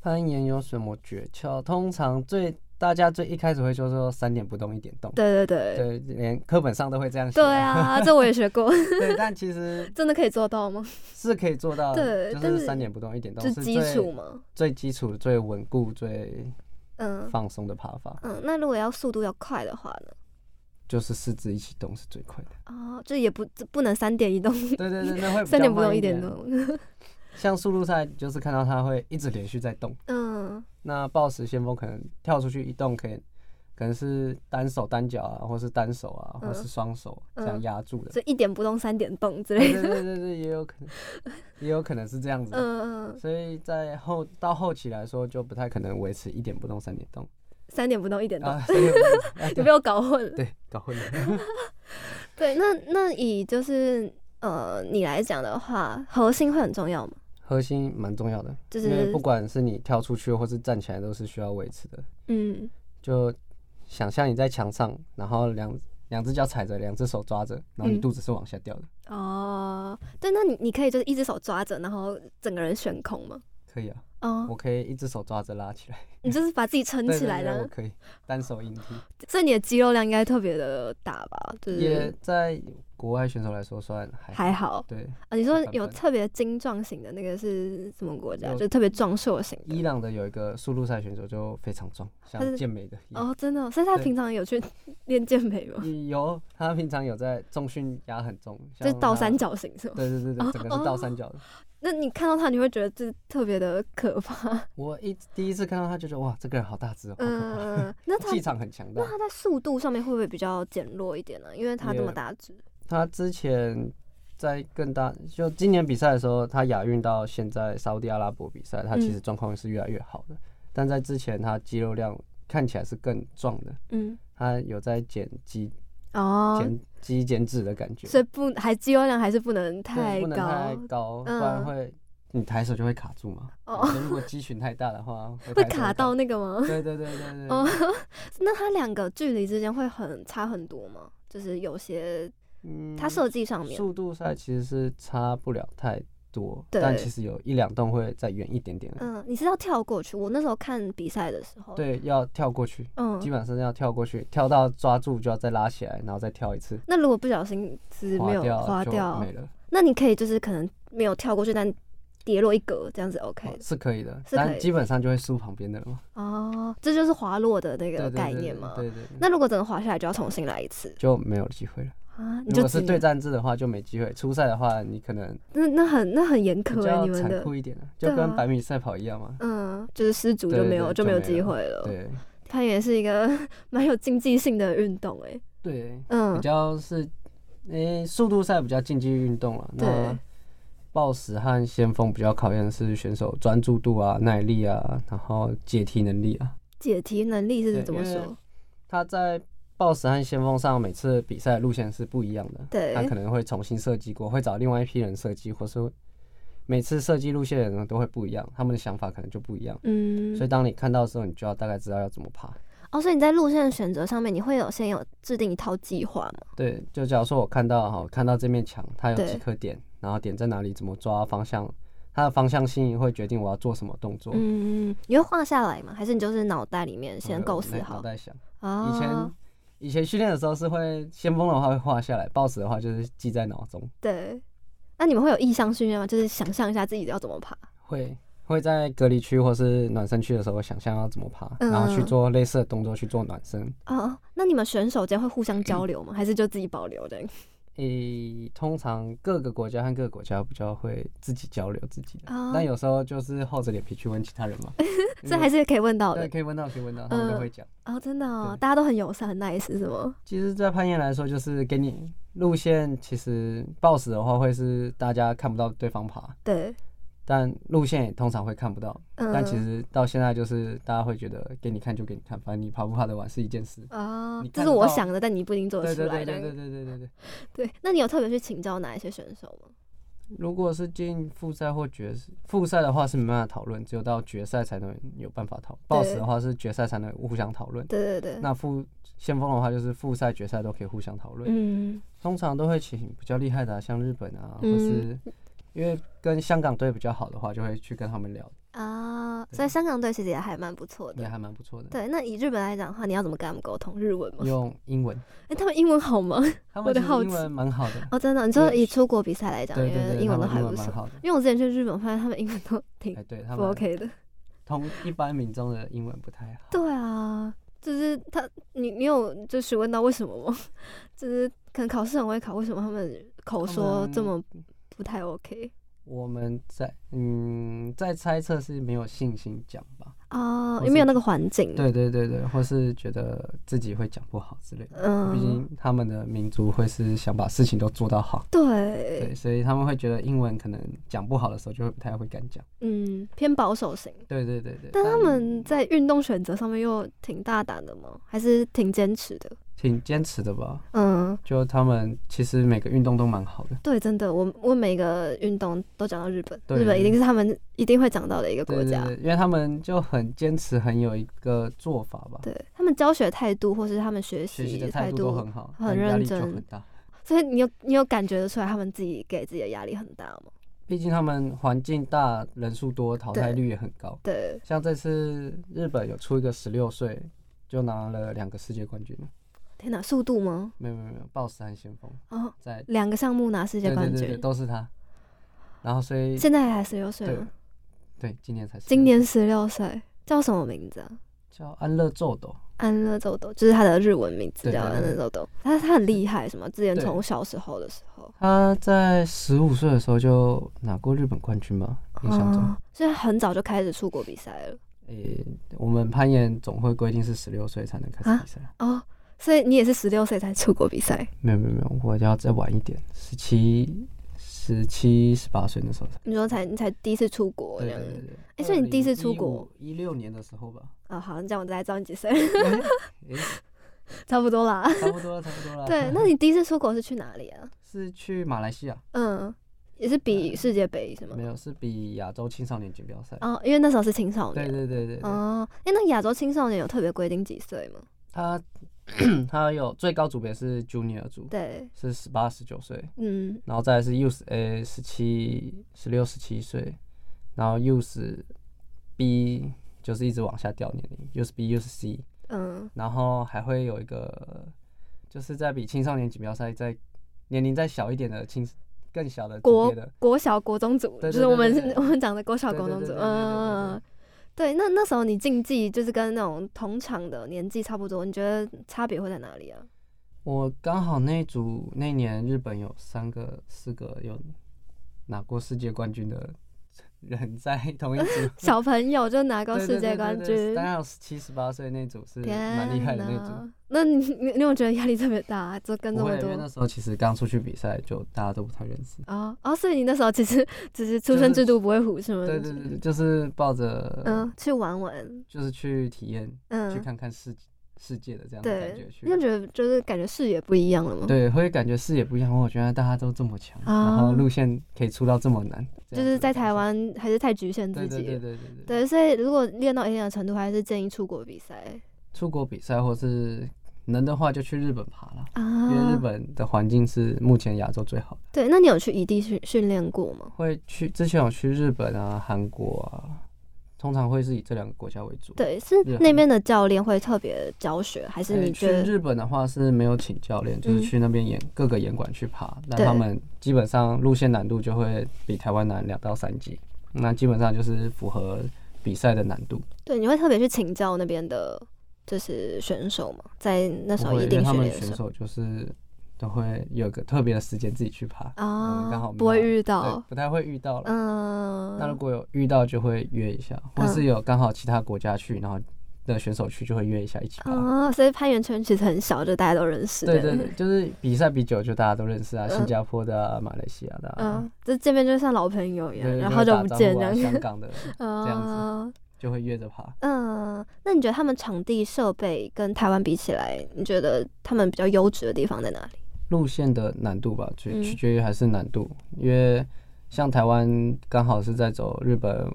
攀岩有什么诀窍？通常最大家最一开始会就说三点不动一点动，对对对，对，连课本上都会这样写。对，啊，这我也学过， 对，但其实真的可以做到吗？是可以做到，对就但是是三点不动一点动就是基最础嘛，最基础、最稳固、最嗯放松的爬法，嗯，那如果要速度要快的话呢？就是四肢一起动是最 快的。啊，就也不这不能三点一动，对对对， 那会比三较点不动慢一一点点。动， 像速度赛就是看到它会一直连续在动，嗯那暴食先锋可能跳出去一动可以。可能是单手单脚啊，或是单手啊，嗯或是双手这嗯样压住的。就一点不动三点动之类对的， 对对对对，也有可能，也有可能是这样子。嗯嗯，所以在后到后期来说，就不太可能维持一点不动三点动三点不动一点动啊，，三点不动啊你对被我搞混了。对搞混了。 对，那那以就是呃你来讲的话，核心会很重要吗？核心蛮重要的，就因为是不管是你跳出去或是站起来，都是需要维持的。嗯就想象你在墙上，然后两两只脚踩着，两只手抓着，然后你嗯肚子是往下掉的，哦，对，那你你可以就是一只手抓着，然后整个人悬空吗？可以啊，哦，我可以一只手抓着拉起来，你就是把自己撑对起对来对我的，可以单手硬踢，所以你的肌肉量应该特别的大吧？就也是在国外选手来说算还嗯还好对，啊。你说还有蛮特别精壮型的那个是什么国家？有就特别壮硕型伊的。朗的有一个速度赛选手就非常壮，他是像健美的一样。哦，真的哦、所以他对平常有 去练健美吗？有，他平常有在重训压很重，就是像倒他三。角形是吗？对对对哦对，整个哦是倒三角的。那你看到他，你会觉得这特别的可 怕。我一第一次看到他就觉得哇，这个人好大只哦，好可怕嗯， 那他气场很强大那。他在速度上面会不会比较减弱一点呢、因为他这么也大只，他之前在更大，就今年比赛的时候，他亚运到现在沙烏地阿拉伯比赛，他嗯其实状况是越来越好的。但在之前，他肌肉量看起来是更壮的，嗯，他有在减肌、哦，减肌减脂的感觉，所以不还肌肉量还是不能对太不能高太，高，不嗯然会你抬手就会卡住嘛。哦所以如果肌群太大的话，会抬手卡到。那个吗？对对对对哦对，，那它两个距离之间会很差很多吗？就是有些嗯它设计上面，速度赛其实是差不了太多，对但其实有一两栋会再远一点点。嗯，你是要跳过去？我那时候看比赛的时候，，对，要跳过去，嗯基，本上要跳过去，跳到抓住就要再拉起来，然后再跳一次，那如果不小心是没有滑花就掉没，了，那你可以就是可能没有跳过去，但跌落一格这样子 OK 哦的是可以的，是可以但的基本上就会输旁边的了嘛。哦，这就是滑落的那对个对概对念对嘛。对对对，那如果真的滑下来，就要重新来一次就没有机会了。啊！你如就果只是能对战制的话，就没机会。初赛的话，你可能那那很那很严比苛哎，较你们残的酷一点啊，就对啊跟百米赛跑一样嘛。嗯，就是失足就对没有对就就没有没机了会了。对攀岩是一个 蛮有竞技性的运动哎，对，比嗯较是诶、速度赛比较竞技运动了。对那暴食和先锋比较考验的是选手专注度啊、耐力啊，然后解题能力啊。解题能力是对怎么因为说？他在暴食和先锋上每次比赛的路线是不一样的。对他可能会重新设计过，会找另外一批人设计，或是每次设计路线的人都会不一样，他们的想法可能就不一样。嗯所以，当你看到的时候，你就要大概知道要怎么爬。哦，所以你在路线选择上面，你会有先有制定一套计划吗？对，就假如说我看到哈，看到这面墙它有对几颗点，然后点在哪里，怎么抓方向，它的方向性会决定我要做什么动作。嗯，你会画下来吗？还是你就是脑袋里面然后先有构思那好呃脑？袋想，啊以前以前训练的时候是会先锋的话会画下来，暴食的话就是记在脑中，对，那你们会有意向训练吗？就是想象一下自己要怎么爬。会会在隔离区或是暖身区的时候想象要怎么爬，然后去嗯做类似的动作去做暖身。哦，那你们选手间会互相交流吗？还是就自己保留的？诶、通常各个国家和各个国家比较会自己交流自己的，哦。但有时候就是厚着脸皮去问其他人嘛 这还是可以问到对，的可以问到，可以问到，他们都会讲。哦，真的哦，对大家都很友善、很 nice 是吗？其实，在攀岩来说，就是给你路线，其实 boss 的话会是大家看不到对方爬，对，但路线也通常会看不到。嗯，但其实到现在，就是大家会觉得给你看就给你看，反正你爬不爬得完是一件事。哦你，这看是得我到想的，但你不一定做得对出对来对这对样。对对对对对。对，那你有特别去请教哪一些选手吗？如果是进复赛或决赛复赛的话是没办法讨论，只有到决赛才能有办法讨。对 boss 的话是决赛才能互相讨论。对对对，那复先锋的话就是复赛、决赛都可以互相讨论。嗯，通常都会请比较厉害的啊、像日本啊，或是因为跟香港队比较好的话，就会去跟他们聊，啊，所以香港队其实也还蛮不错也的。还蛮不错的。对，那以日本来讲的话，你要怎么跟他们沟通？日文吗？用 英文，哎，他们英文好 吗？他我们的其实好英奇文蛮好的。哦，真的，你说对以出国比赛来讲，对因对为对，英文都他们还英不文蛮错。好的。因为我之前去日本，发现他们英文都挺哎，对他不们 OK 的。同一般民众的英文不太好。对啊，就是他，你你有就询问到为什么吗？ 就是可能考试很会考，为什么他们口他说这们么不太 OK 我们在嗯，在猜测是没有信心讲吧？啊？或有没有是那个环境？对对对对，或是觉得自己会讲不好之类的。嗯，毕竟他们的民族会是想把事情都做到好，对，对，所以他们会觉得英文可能讲不好的时候就会不太会敢讲。嗯，偏保守型。对对对对。但他们在运动选择上面又挺大胆的吗？还是挺坚持的？挺坚持的吧？嗯，就他们其实每个运动都蛮好的。对，真的，我我每个运动都讲到日本，对日本一定是他们一定会讲到的一个国对对家。对，因为他们就很坚持，很有一个做法吧。对他们教学态度或是他们学学习习的态态度都很好，很但压认力就真很大。所以你有你有感觉得出来他们自己给自己的压力很大吗？毕竟他们环境大，人数多，淘对汰率也很高。对，像这次日本有出一个十六岁就拿了两个世界冠军，天哪，速度吗？没有没有没有，暴食和先锋哦，在两个项目拿世界对冠对军，对对都是他，然后所以现在还十六岁对吗？对今年才是今年十六岁，叫什么名字啊？叫安乐宙斗，安乐豆豆，就是他的日文名字对叫对安乐对豆豆。他他很厉害，什么之前对从小时候的时候，他在十五岁的时候就拿过日本冠军吧，印象中。哦，所以他很早就开始出国比赛了诶、我们攀岩总会规定是十六岁才能开啊始比赛，哦。所以你也是十六岁才出国比赛，没有没有没有，我要再晚一点，十七、十七、十八岁那时候才。你说才你才第一次出国这对样对子对对。哎所以你第一次出国一六年的时候吧，哦，好，这样我大概知道你几岁，诶 差不多啦。差不多了，差不多了。 对，那你第一次出国是去哪里啊？是去马来西亚？嗯，也是比世界杯是吗没？有，是比亚洲青少年锦标赛。哦，因为那时候是青少对年。对对对对，哦，哎、那亚洲青少年有特别规定几岁吗？他 他有最高组别是 Junior 组，对，是十八十九岁，嗯，然后再来是 Youth A 十七十六十七岁，然后 Youth B 就是一直往下掉年龄，Youth B Youth C，嗯，然后还会有一个就是在比青少年锦标赛在年龄再小一点的青更小的组国别的，国小国中组，对就对是我对们对是对我们讲的国小对国对中对组，对对对对对嗯，对，那那时候你竞技就是跟那种同场的年纪差不多，你觉得差别会在哪里啊？，我刚好那一组那一年日本有三个四个有拿过世界冠军的人在同一组 小朋友就拿过对世对界对冠对对军，当然有十七十八岁那组是天蛮厉害的那组。呐，那你你你有觉得压力特别大，啊就跟这不么会，因多为那时候其实刚出去比赛，就大家都不太认识。哦哦，所以你那时候其实只是出就生是之犊不会虎是吗？对对对，就是抱着嗯，去玩玩，就是去体验、嗯，去看看世世界的这样的感觉对，去你有。觉得就是感觉视野不一样了吗？，对，会感觉视野不一样。我觉得大家都这么强，然啊后路线可以出到这么难，这就是样子的在感台受。湾还是太局限自对己对了。对对对对。对，所以如果练到一定的程度，还是建议出国比赛出国比赛或是能的话，就去日本爬了，因为日啊。本的环境是目前亚洲最好的。对，那你有去异地训训练过吗？会去之前有去日本啊、韩国啊，通常会是以这两个国家为主。对，是日那韩边的教练会特别教学，还是呃你去觉得日本的话是没有请教练，就是嗯去那边演各个演馆去爬，那对他们基本上路线难度就会比台湾难两到三级，那基本上就是符合比赛的难度。对你会特别去请教那边的，就是选手吗？在那时不候会，一因为定他训们练的时选候手就是都会有一个特别的时间自己去爬，我嗯们啊刚好，没不会有遇对到，不太会遇到了。嗯，那如果有遇到就会约一下，或是有刚好其他国家去，然后的选手去就会约一下一起爬。啊，所以攀岩圈其实很小，就大家都认识。对对对，就是比赛比久就大家都认识啊，嗯新加坡的、啊、马来西亚的、啊，嗯，就见面就像老朋友一样，对然就后会就打不招见呼这啊样香子。港的啊，样子就会约着爬。嗯，那你觉得他们场地设备跟台湾比起来，你觉得他们比较优质的地方在哪里？路线的难度吧，嗯取取决于还是难度，因为像台湾刚好是在走日本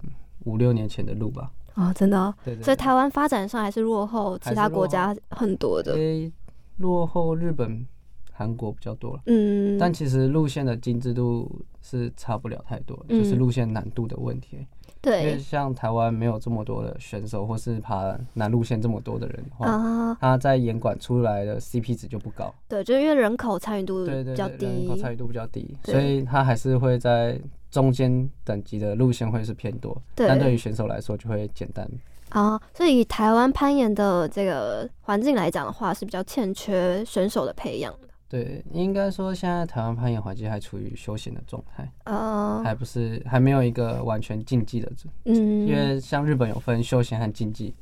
五六年前的路吧。哦，真的哦、对对对。所以台湾发展上还是落后其还他是落国家很多的。诶落后日本、韩国比较多了。嗯，但其实路线的精致度是差不了太多，就是嗯路线难度的问题。因为对像台湾没有这么多的选手，或是爬南路线这么多的人的话，啊，他在严管出来的 CP 值就不高，对，就是因为人口参与度对对比较对，人低口，参与度比较低，对所以他还是会在中间等级的路线会是偏多，但对于选手来说就会简单。啊，所以以台湾攀岩的这个环境来讲的话，是比较欠缺选手的培养的。对，应该说现在台湾攀岩环境还处于休闲的状态，啊，还不是还没有一个完全竞技的嗯，因为像日本有分休闲和竞技，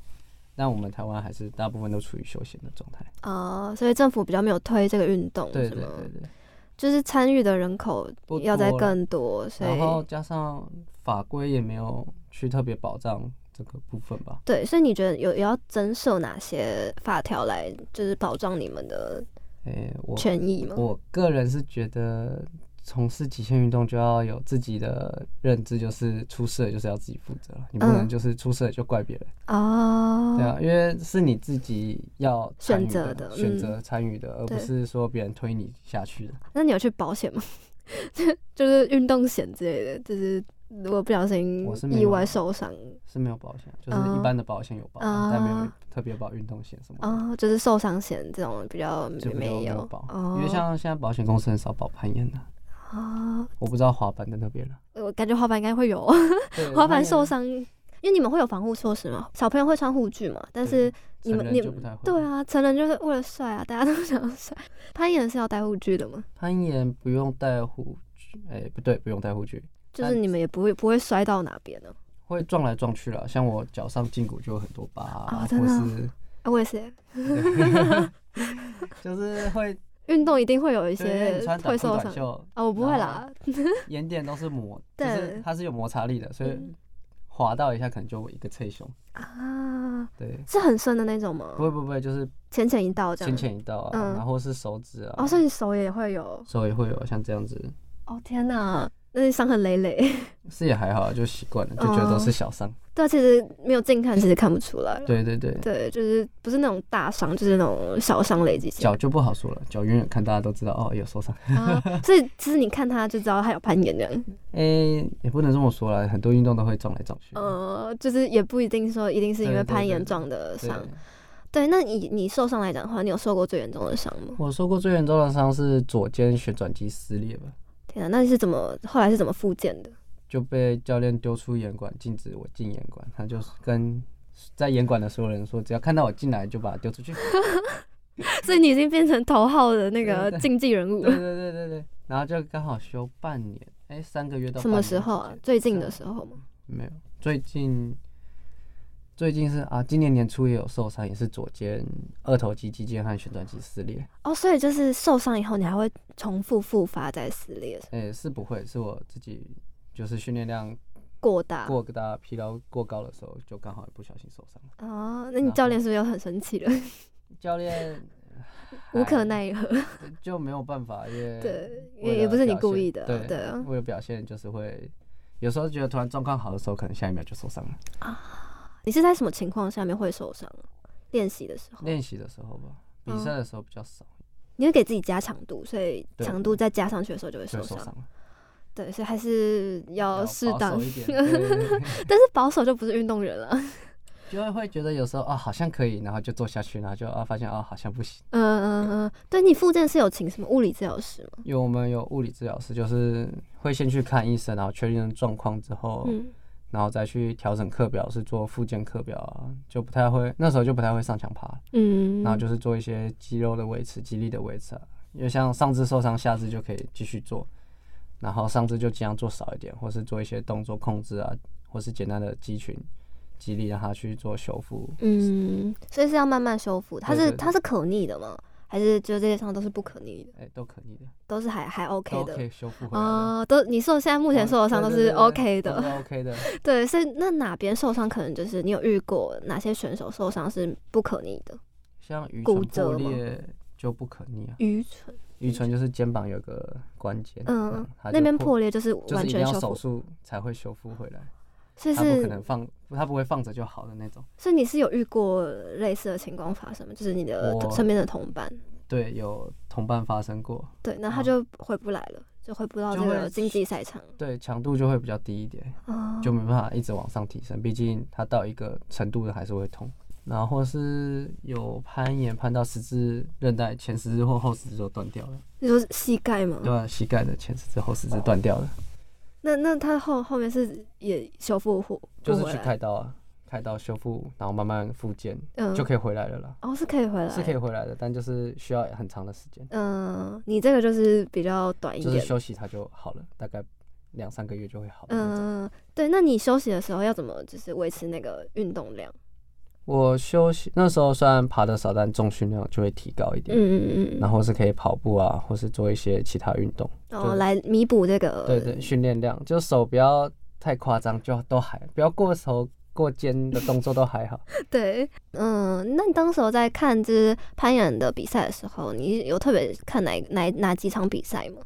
但我们台湾还是大部分都处于休闲的状态。啊、所以政府比较没有推这个运动，对是对吗？对对。就是参与的人口不要再多了更多，所然后以加上法规也没有去特别保障这个部分吧。对，所以你觉得有有要增设哪些法条来，就是保障你们的诶、我权益吗？我个人是觉得。从事极限运动就要有自己的认知，就是出事了就是要自己负责了，你不能嗯就是出事了就怪别人，哦，对啊，因为是你自己要参选与择的的，选嗯择参与的，而不对是说别人推你下去的。那你有去保险吗？ 就是运动险之类的，就是如果不小心我是意没有外啊受伤是没有保险，就是啊一般的保险有保，但没有啊特别保运动险什么的，啊、就是受伤险这种比较嗯就比较没没有有保。哦，因为像现在保险公司很少保攀岩的，啊，我不知道滑板在那边了。呃我感觉滑板应该会有。对滑板啊受，伤，因为你们会有防护措施嘛，小朋友会穿护具嘛，但是你攀岩们成你人就不们太会。对，啊，成人就是为了帅啊，大家都想要帅。 攀岩是要戴护具的嘛，攀岩不用带护具，哎、不对，不用带护具，就是但你们也不会不会摔到哪边呢、会撞来撞去了。像我脚上胫骨就有很多疤、哦啊，真或的哦是啊，我也是耶，就是会运动一定会有一对因为些你穿短会裤受短伤袖，啊，我不会啦，眼点都是磨，就对是它是有摩擦力的，所以嗯滑到一下可能就一个侧胸。啊，对，是很深的那种吗不？会不会，就是浅浅一道哦这样，哦浅浅一道啊，嗯然后是手指啊，哦，所以你手也会有，手也会有像这样子，哦天哪，那伤痕累累。 是也还好，啊就习惯了，就觉得都是小伤。对啊，其实没有近看，其实看不出来。对对对，对，就是不是那种大伤，就是那种小伤累积起来脚。就不好说了，脚远远看大家都知道哦有受伤。啊，所以其实你看他就知道他有攀岩这样。诶、也不能这么说啦，很多运动都会撞来撞去。呃，就是也不一定说一定是因为嗯对对攀对岩对撞的对，伤。对，那你你受伤来讲的话，你有受过最严重的伤吗？我受过最严重的伤是左肩旋转肌撕裂吧，天啊，那你是怎么后来是怎么复健的？ 就被教练丢出严管，禁止我进严管。他就是跟在严管的所有人说，只要看到我进来就把他丢出 去。所以你已经变成头号的那个对对竞技人物对 了。对对对对，然后就刚好休半年，哎、三个月到什半么年时候啊之？间最近的时候吗？没有，最近最近是啊，今年年初也有受伤，也是左肩二头肌肌腱和旋转肌撕裂。哦，所以就是受伤以后，你还会重复复发再撕裂，诶、哎是不会，是我自己就是训练量过大。过大、疲劳过高的时候，就刚好不小心受伤了。哦，那你然教练后哎是不是又很生气了？教练 无可还奈何。就没有办法，也对为也也了不是你表故现意的啊对对啊为了表现就是会。有时候觉得突然状况好的时候，可能下一秒就受伤了。你是在什么情况下面会受伤？练习的时候，练习的时候吧，比嗯赛的时候比较少，你会给自己加强度，所以对强度再加上去的时候就会就受会受伤伤。了。对，所以还是要要适保当守。一点，对对对对但是保守就不是运动员了。就会会觉得有时候啊好像可以，然后就做下去，然后就啊发现啊好像不行。嗯嗯嗯，对你附件是有请什么物理治疗师吗？因为我们有物理治疗师，就是会先去看医生，然后确定状况之后，嗯，然后再去调整课表，是做复健课表啊，就不太会那时候就不太会上墙爬，嗯，然后就是做一些肌肉的维持、肌力的维持、啊，因为像上肢受伤，下肢就可以继续做，然后上肢就尽量做少一点，或是做一些动作控制啊，或是简单的肌群、肌力让它去做修复，嗯，所以是要慢慢修复。它对是对它是可逆的吗？还是就这些伤都是不可逆的，哎、都可以的。都是还还 OK 都的可以？修复回来的。哦，都你受现在目前受的伤都对是啊 OK 对对都是的， ，OK 的。对，所以那哪边受伤可能就是你有遇过哪些选手受伤是不可逆的？像鱼骨唇折破吗裂就不可逆啊，愚蠢，鱼唇就是肩膀有个关节，嗯，它那就边破破裂就是就完是一定全要修手复，术才会修复回来，所以它不可是能放，它不会放着就好的那种。所以你是有遇过类似的情况发生吗？就是你的我身边的同伴，对，有同伴发生过，对，那他啊就回不来了，就回不到就这个会竞技赛场对，强度就会比较低一点，哦，就没办法一直往上提升，毕竟它到一个程度还是会痛。然后或是有攀岩攀到十字韧带前十字或后十字就断掉了，你说膝盖吗？对啊，膝盖的前十字后十字断掉了。那那他后后面是也修复不就不是回去来，开刀啊，开刀修复，然后慢慢复健，嗯，就可以回来了啦。哦，是可以回来，是可以。回来的，但就是需要很长的时间，嗯，你这个就是比较短一就是点。休息它就好了，大概两三个月就会好的那种。嗯，对，那你休息的时候要怎么就是维持那个运动量？我休息那时候虽然爬的少，但重训量就会提高一点，嗯嗯嗯然后是可以跑步啊，或是做一些其他运动。嗯，哦，对来弥补这个，对对，训练量就手不要太夸张，就都还不要过手过肩的动作都还 好。 对，嗯，那你当时候在看就是攀岩的比赛的时候，你有特别看哪哪哪几场比赛吗？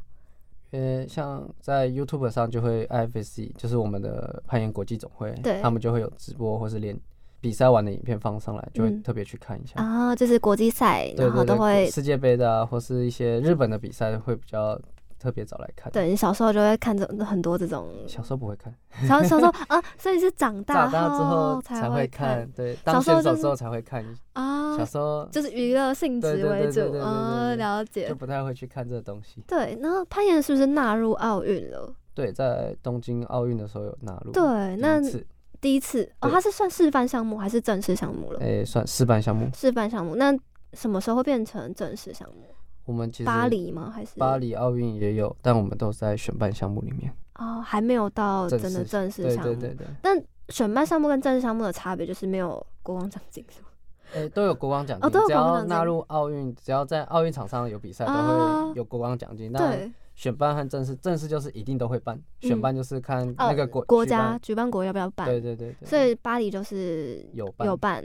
呃，像在 YouTube 上就会 IFC，就是我们的攀岩国际总会，对他们就会有直播或是连比赛完的影片放上来，就会嗯特别去看一下。啊，就是国际赛，对然后对都对，会，世界杯的啊，或是一些日本的比赛会比较特别早来看。，对你小时候就会看这很多这 种，小时候不会看，小小时候啊，所以是长大长大之后才会看看，对，小当时候选手就是之后才会看，啊小，时候就是娱乐性对质对对为对对主对对啊，对了解就。不太会去看这个东西。对，然后攀岩是不是纳入奥运了？对，在东京奥运的时候有纳入。对，那是第一次哦，对哎它是算示范项目还是正式项目了？诶算示范项目，示范项目，那什么时候会变成正式项目？我们其实巴黎吗？还是巴黎奥运也有，但我们都是在选办项目里面。哦，还没有到正真的式正式对项目。对对对，选办项目跟正式项目的差别就是没有国光奖金，是吗诶、都有国光奖哦金，都有只国光要奖纳金入奥运，只要在奥运场上有比赛，都啊会有国光奖金。那对，选办和正式，正式就是一定都会办，嗯选办就是看哦那个国、国举家办，举办国要不要办？对对对对，所以巴黎就是有办有办。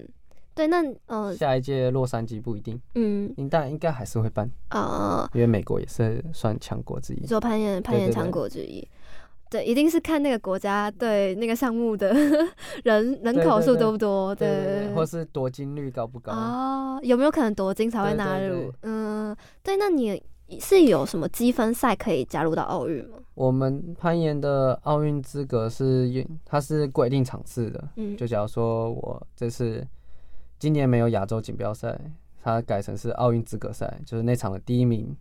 对，那呃下一届洛杉矶不一定，嗯应但应该还是会办，呃，因为美国也是算强国之一你。说攀岩攀对岩对对强国之一。对，一定是看那个国家对那个项目的 人人对口对数对多不多，对对对对，或是夺金率高不啊高？哦，有没有可能夺金才会对纳对入对？嗯，对，那你是有什么积分赛可以加入到奥运吗？我们攀岩的奥运资格是运，它是规定场次的。嗯就假如说我这次今年没有亚洲锦标赛，它改成是奥运资格赛，就是那场的第一名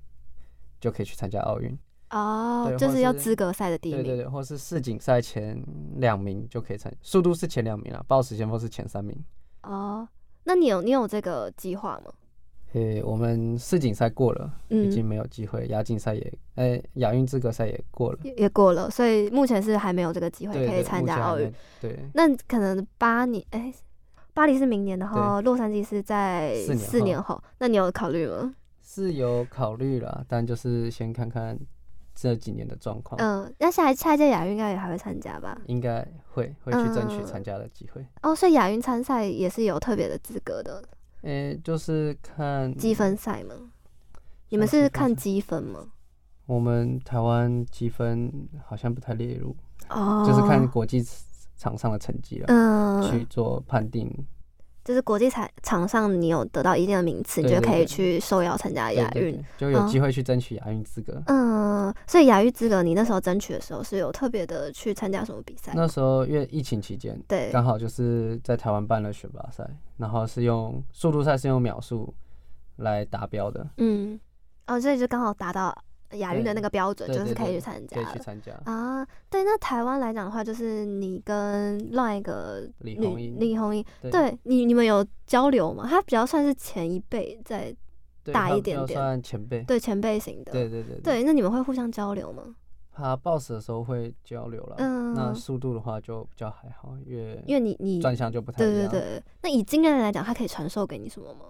就可以去参加奥运。哦，对就或是要是资格赛的第一对对名。对，或是世锦赛前两名就可以参，速度是前两名啦，报时先锋是前三名。哦，那你有你有这个计划吗？诶、我们世锦赛过了，已嗯，经没有机会，亚锦赛也，诶、亚运资格赛也过了，也也过了，所以目前是还没有这个机会对可以对，参目加前还奥运没。对。那可能巴黎，哎，巴黎是明年，然后洛杉矶是在四年四后年后。那你有考虑吗？是有考虑啦，但就是先看看这几年的状况，嗯，那下一下一届亚运应该也还会参加吧？应该会会去争取嗯参加的机会。哦，所以亚运参赛也是有特别的资格的诶、就是看嗯积分赛吗？你们嗯是算积分看赛积分吗？我们台湾积分好像不太列入，哦，就是看国际场上的成绩了、去嗯，做判定。就是国际赛场上你有得到一定的名次，你对就对可以对去受邀参加对亚对运对。就哦有机会去争取亚运资格。嗯，所以亚运资格你那时候争取的时候是有特别的去参加什么比赛？那时候因为疫情期间，对，刚好就是在台湾办了选拔赛，然后是用速度赛是用秒数来达标的，嗯，哦，所以就刚好达到亚运的那个标准，对就是对可以对去参加可以去了。参加。啊，对，那台湾来讲的话，就是你跟另外一个李女红英李红英，对你你们有交流吗？她比较算是前一辈，在对大一他比点较点算前辈。对前辈型的，嗯对对对嗯对，那你们会互相交流吗？他 boss 的时候会交流了，那嗯速度的话就比较还好，因为因为你你转向就不太一对对样。对，那以经验来讲，他可以传授给你什么吗？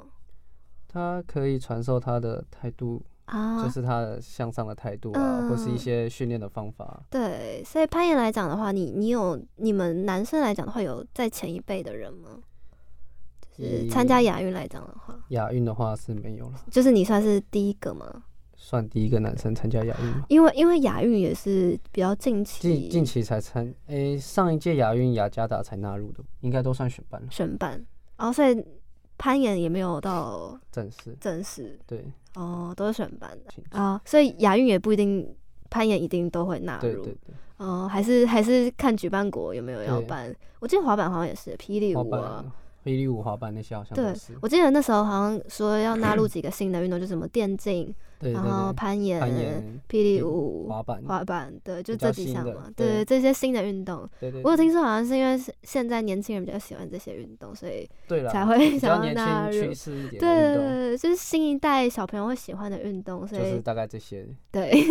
他可以传授他的态度，啊，就是他的向上的态度啊，或是嗯一些训练的方法。对，所以攀岩来讲的话，你你有你们男生来讲的话，有在前一辈的人吗？就是参加以亚运来讲的话，亚运的话是没有了，就是你算是第一个吗？算第一个男生参加亚运吗？因为因为亚运也是比较近期近近期才参，诶、上一届亚运雅加达才纳入的，应该都算选班了，选办，然后所以攀岩也没有到正式。正式对，哦，都是选办的请啊、所以亚运也不一定攀岩一定都会纳对入对对，哦，还是还是看举办国有没有要对办。我记得滑板好像也是霹雳滑舞啊，板、霹雳舞、滑板那些好像对都是。我记得那时候好像说要纳入几个新的运动，就什么电竞，对对然后对，攀岩、攀岩、霹雳舞、滑板，滑板，对，就比这较几新项的嘛。对对这些新的运动，对对，我有对听说好像是因为是现在年轻人比较喜欢这些运动，所以对了，才会啊比想较要年纳轻入趋。势一点的对运动，对，就是新一代小朋友会喜欢的运动，所就以是大概这些。对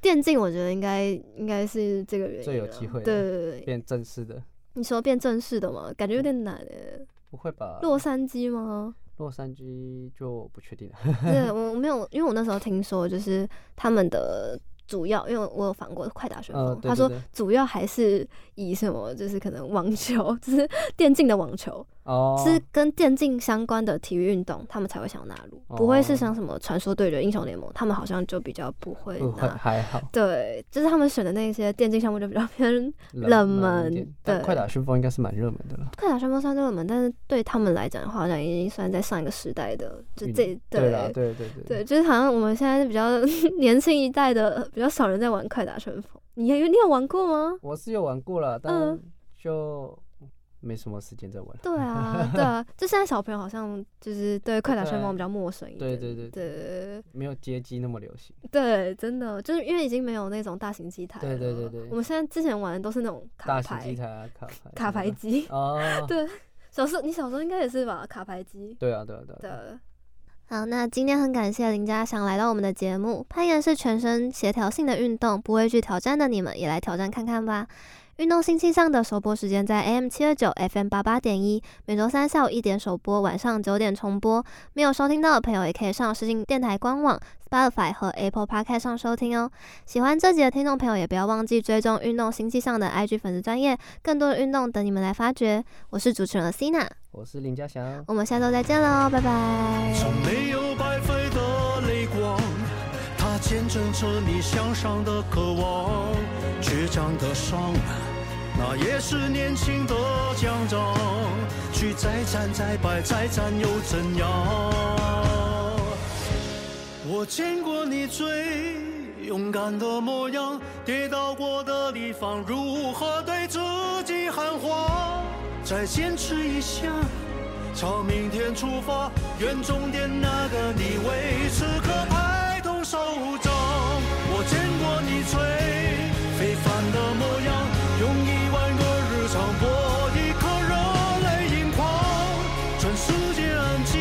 电竞，我觉得应该应该是这个原因最有了机会的对对对对，变正式的，你说变正式的吗？感觉有点难 诶。不会吧？洛杉矶吗？洛杉矶就不确定了。 对我我没有，因为我那时候听说，就是他们的主要，因为我有访过快打旋风，呃，对他对说对主要还是以什么，就是可能网球， 就是电竞的网球，哦，是跟电竞相关的体育运动，他们才会想纳入，不会是像什么传说对决、英雄联盟，他们好像就比较不会哦不会拿。还好，对，就是他们选的那些电竞项目就比较 偏冷门一点但对快打旋风应该是蛮热门的了。快打旋风算热门，但是对他们来讲的话，好像已经算在上一个时代的，就运这对啦，对对对对，就是好像我们现在比较 年轻一代的比较少人在玩快打旋风。你有你有玩过吗？我是有玩过了，但嗯就没什么时间在玩。对啊，对 啊，就现在小朋友好像就是对快打旋风比较陌生一点。对对对对对没有街机那么流行。对，真的就是因为已经没有那种大型机台了。对对对对我们现在之前玩的都是那种卡大型机牌台啊，卡牌卡牌什么机 的。。哦，对，小时候你小时候应该也是吧？卡牌机。对啊，对啊，对啊对啊。的。好，那今天很感谢林家祥来到我们的节目。攀岩是全身协调性的运动，不畏惧挑战的你们也来挑战看看吧。运动新气象的首播时间在 AM 七二九 FM 八八点一，每周三下午一点首播，晚上九点重播。没有收听到的朋友也可以上视听电台官网、Spotify 和 Apple Podcast 上收听哦。喜欢这集的听众朋友也不要忘记追踪运动新气象的 IG 粉丝专业，更多的运动等你们来发掘。我是主持人 Sina，我是林家祥。啊我们下周再见喽，拜拜。从没有白费的泪光，它见证着你向上的渴望。倔强的伤，那也是年轻的奖章。去再战再败，再战又怎样？我见过你最勇敢的模样，跌倒过的地方，如何对自己喊话？再坚持一下，朝明天出发，愿终点那个你为此刻拍动手掌。我见过你最非凡的模样，用一万个日常搏一颗热泪盈眶，全世界安静，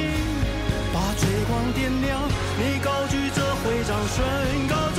把追光点亮，你高举着徽章宣告。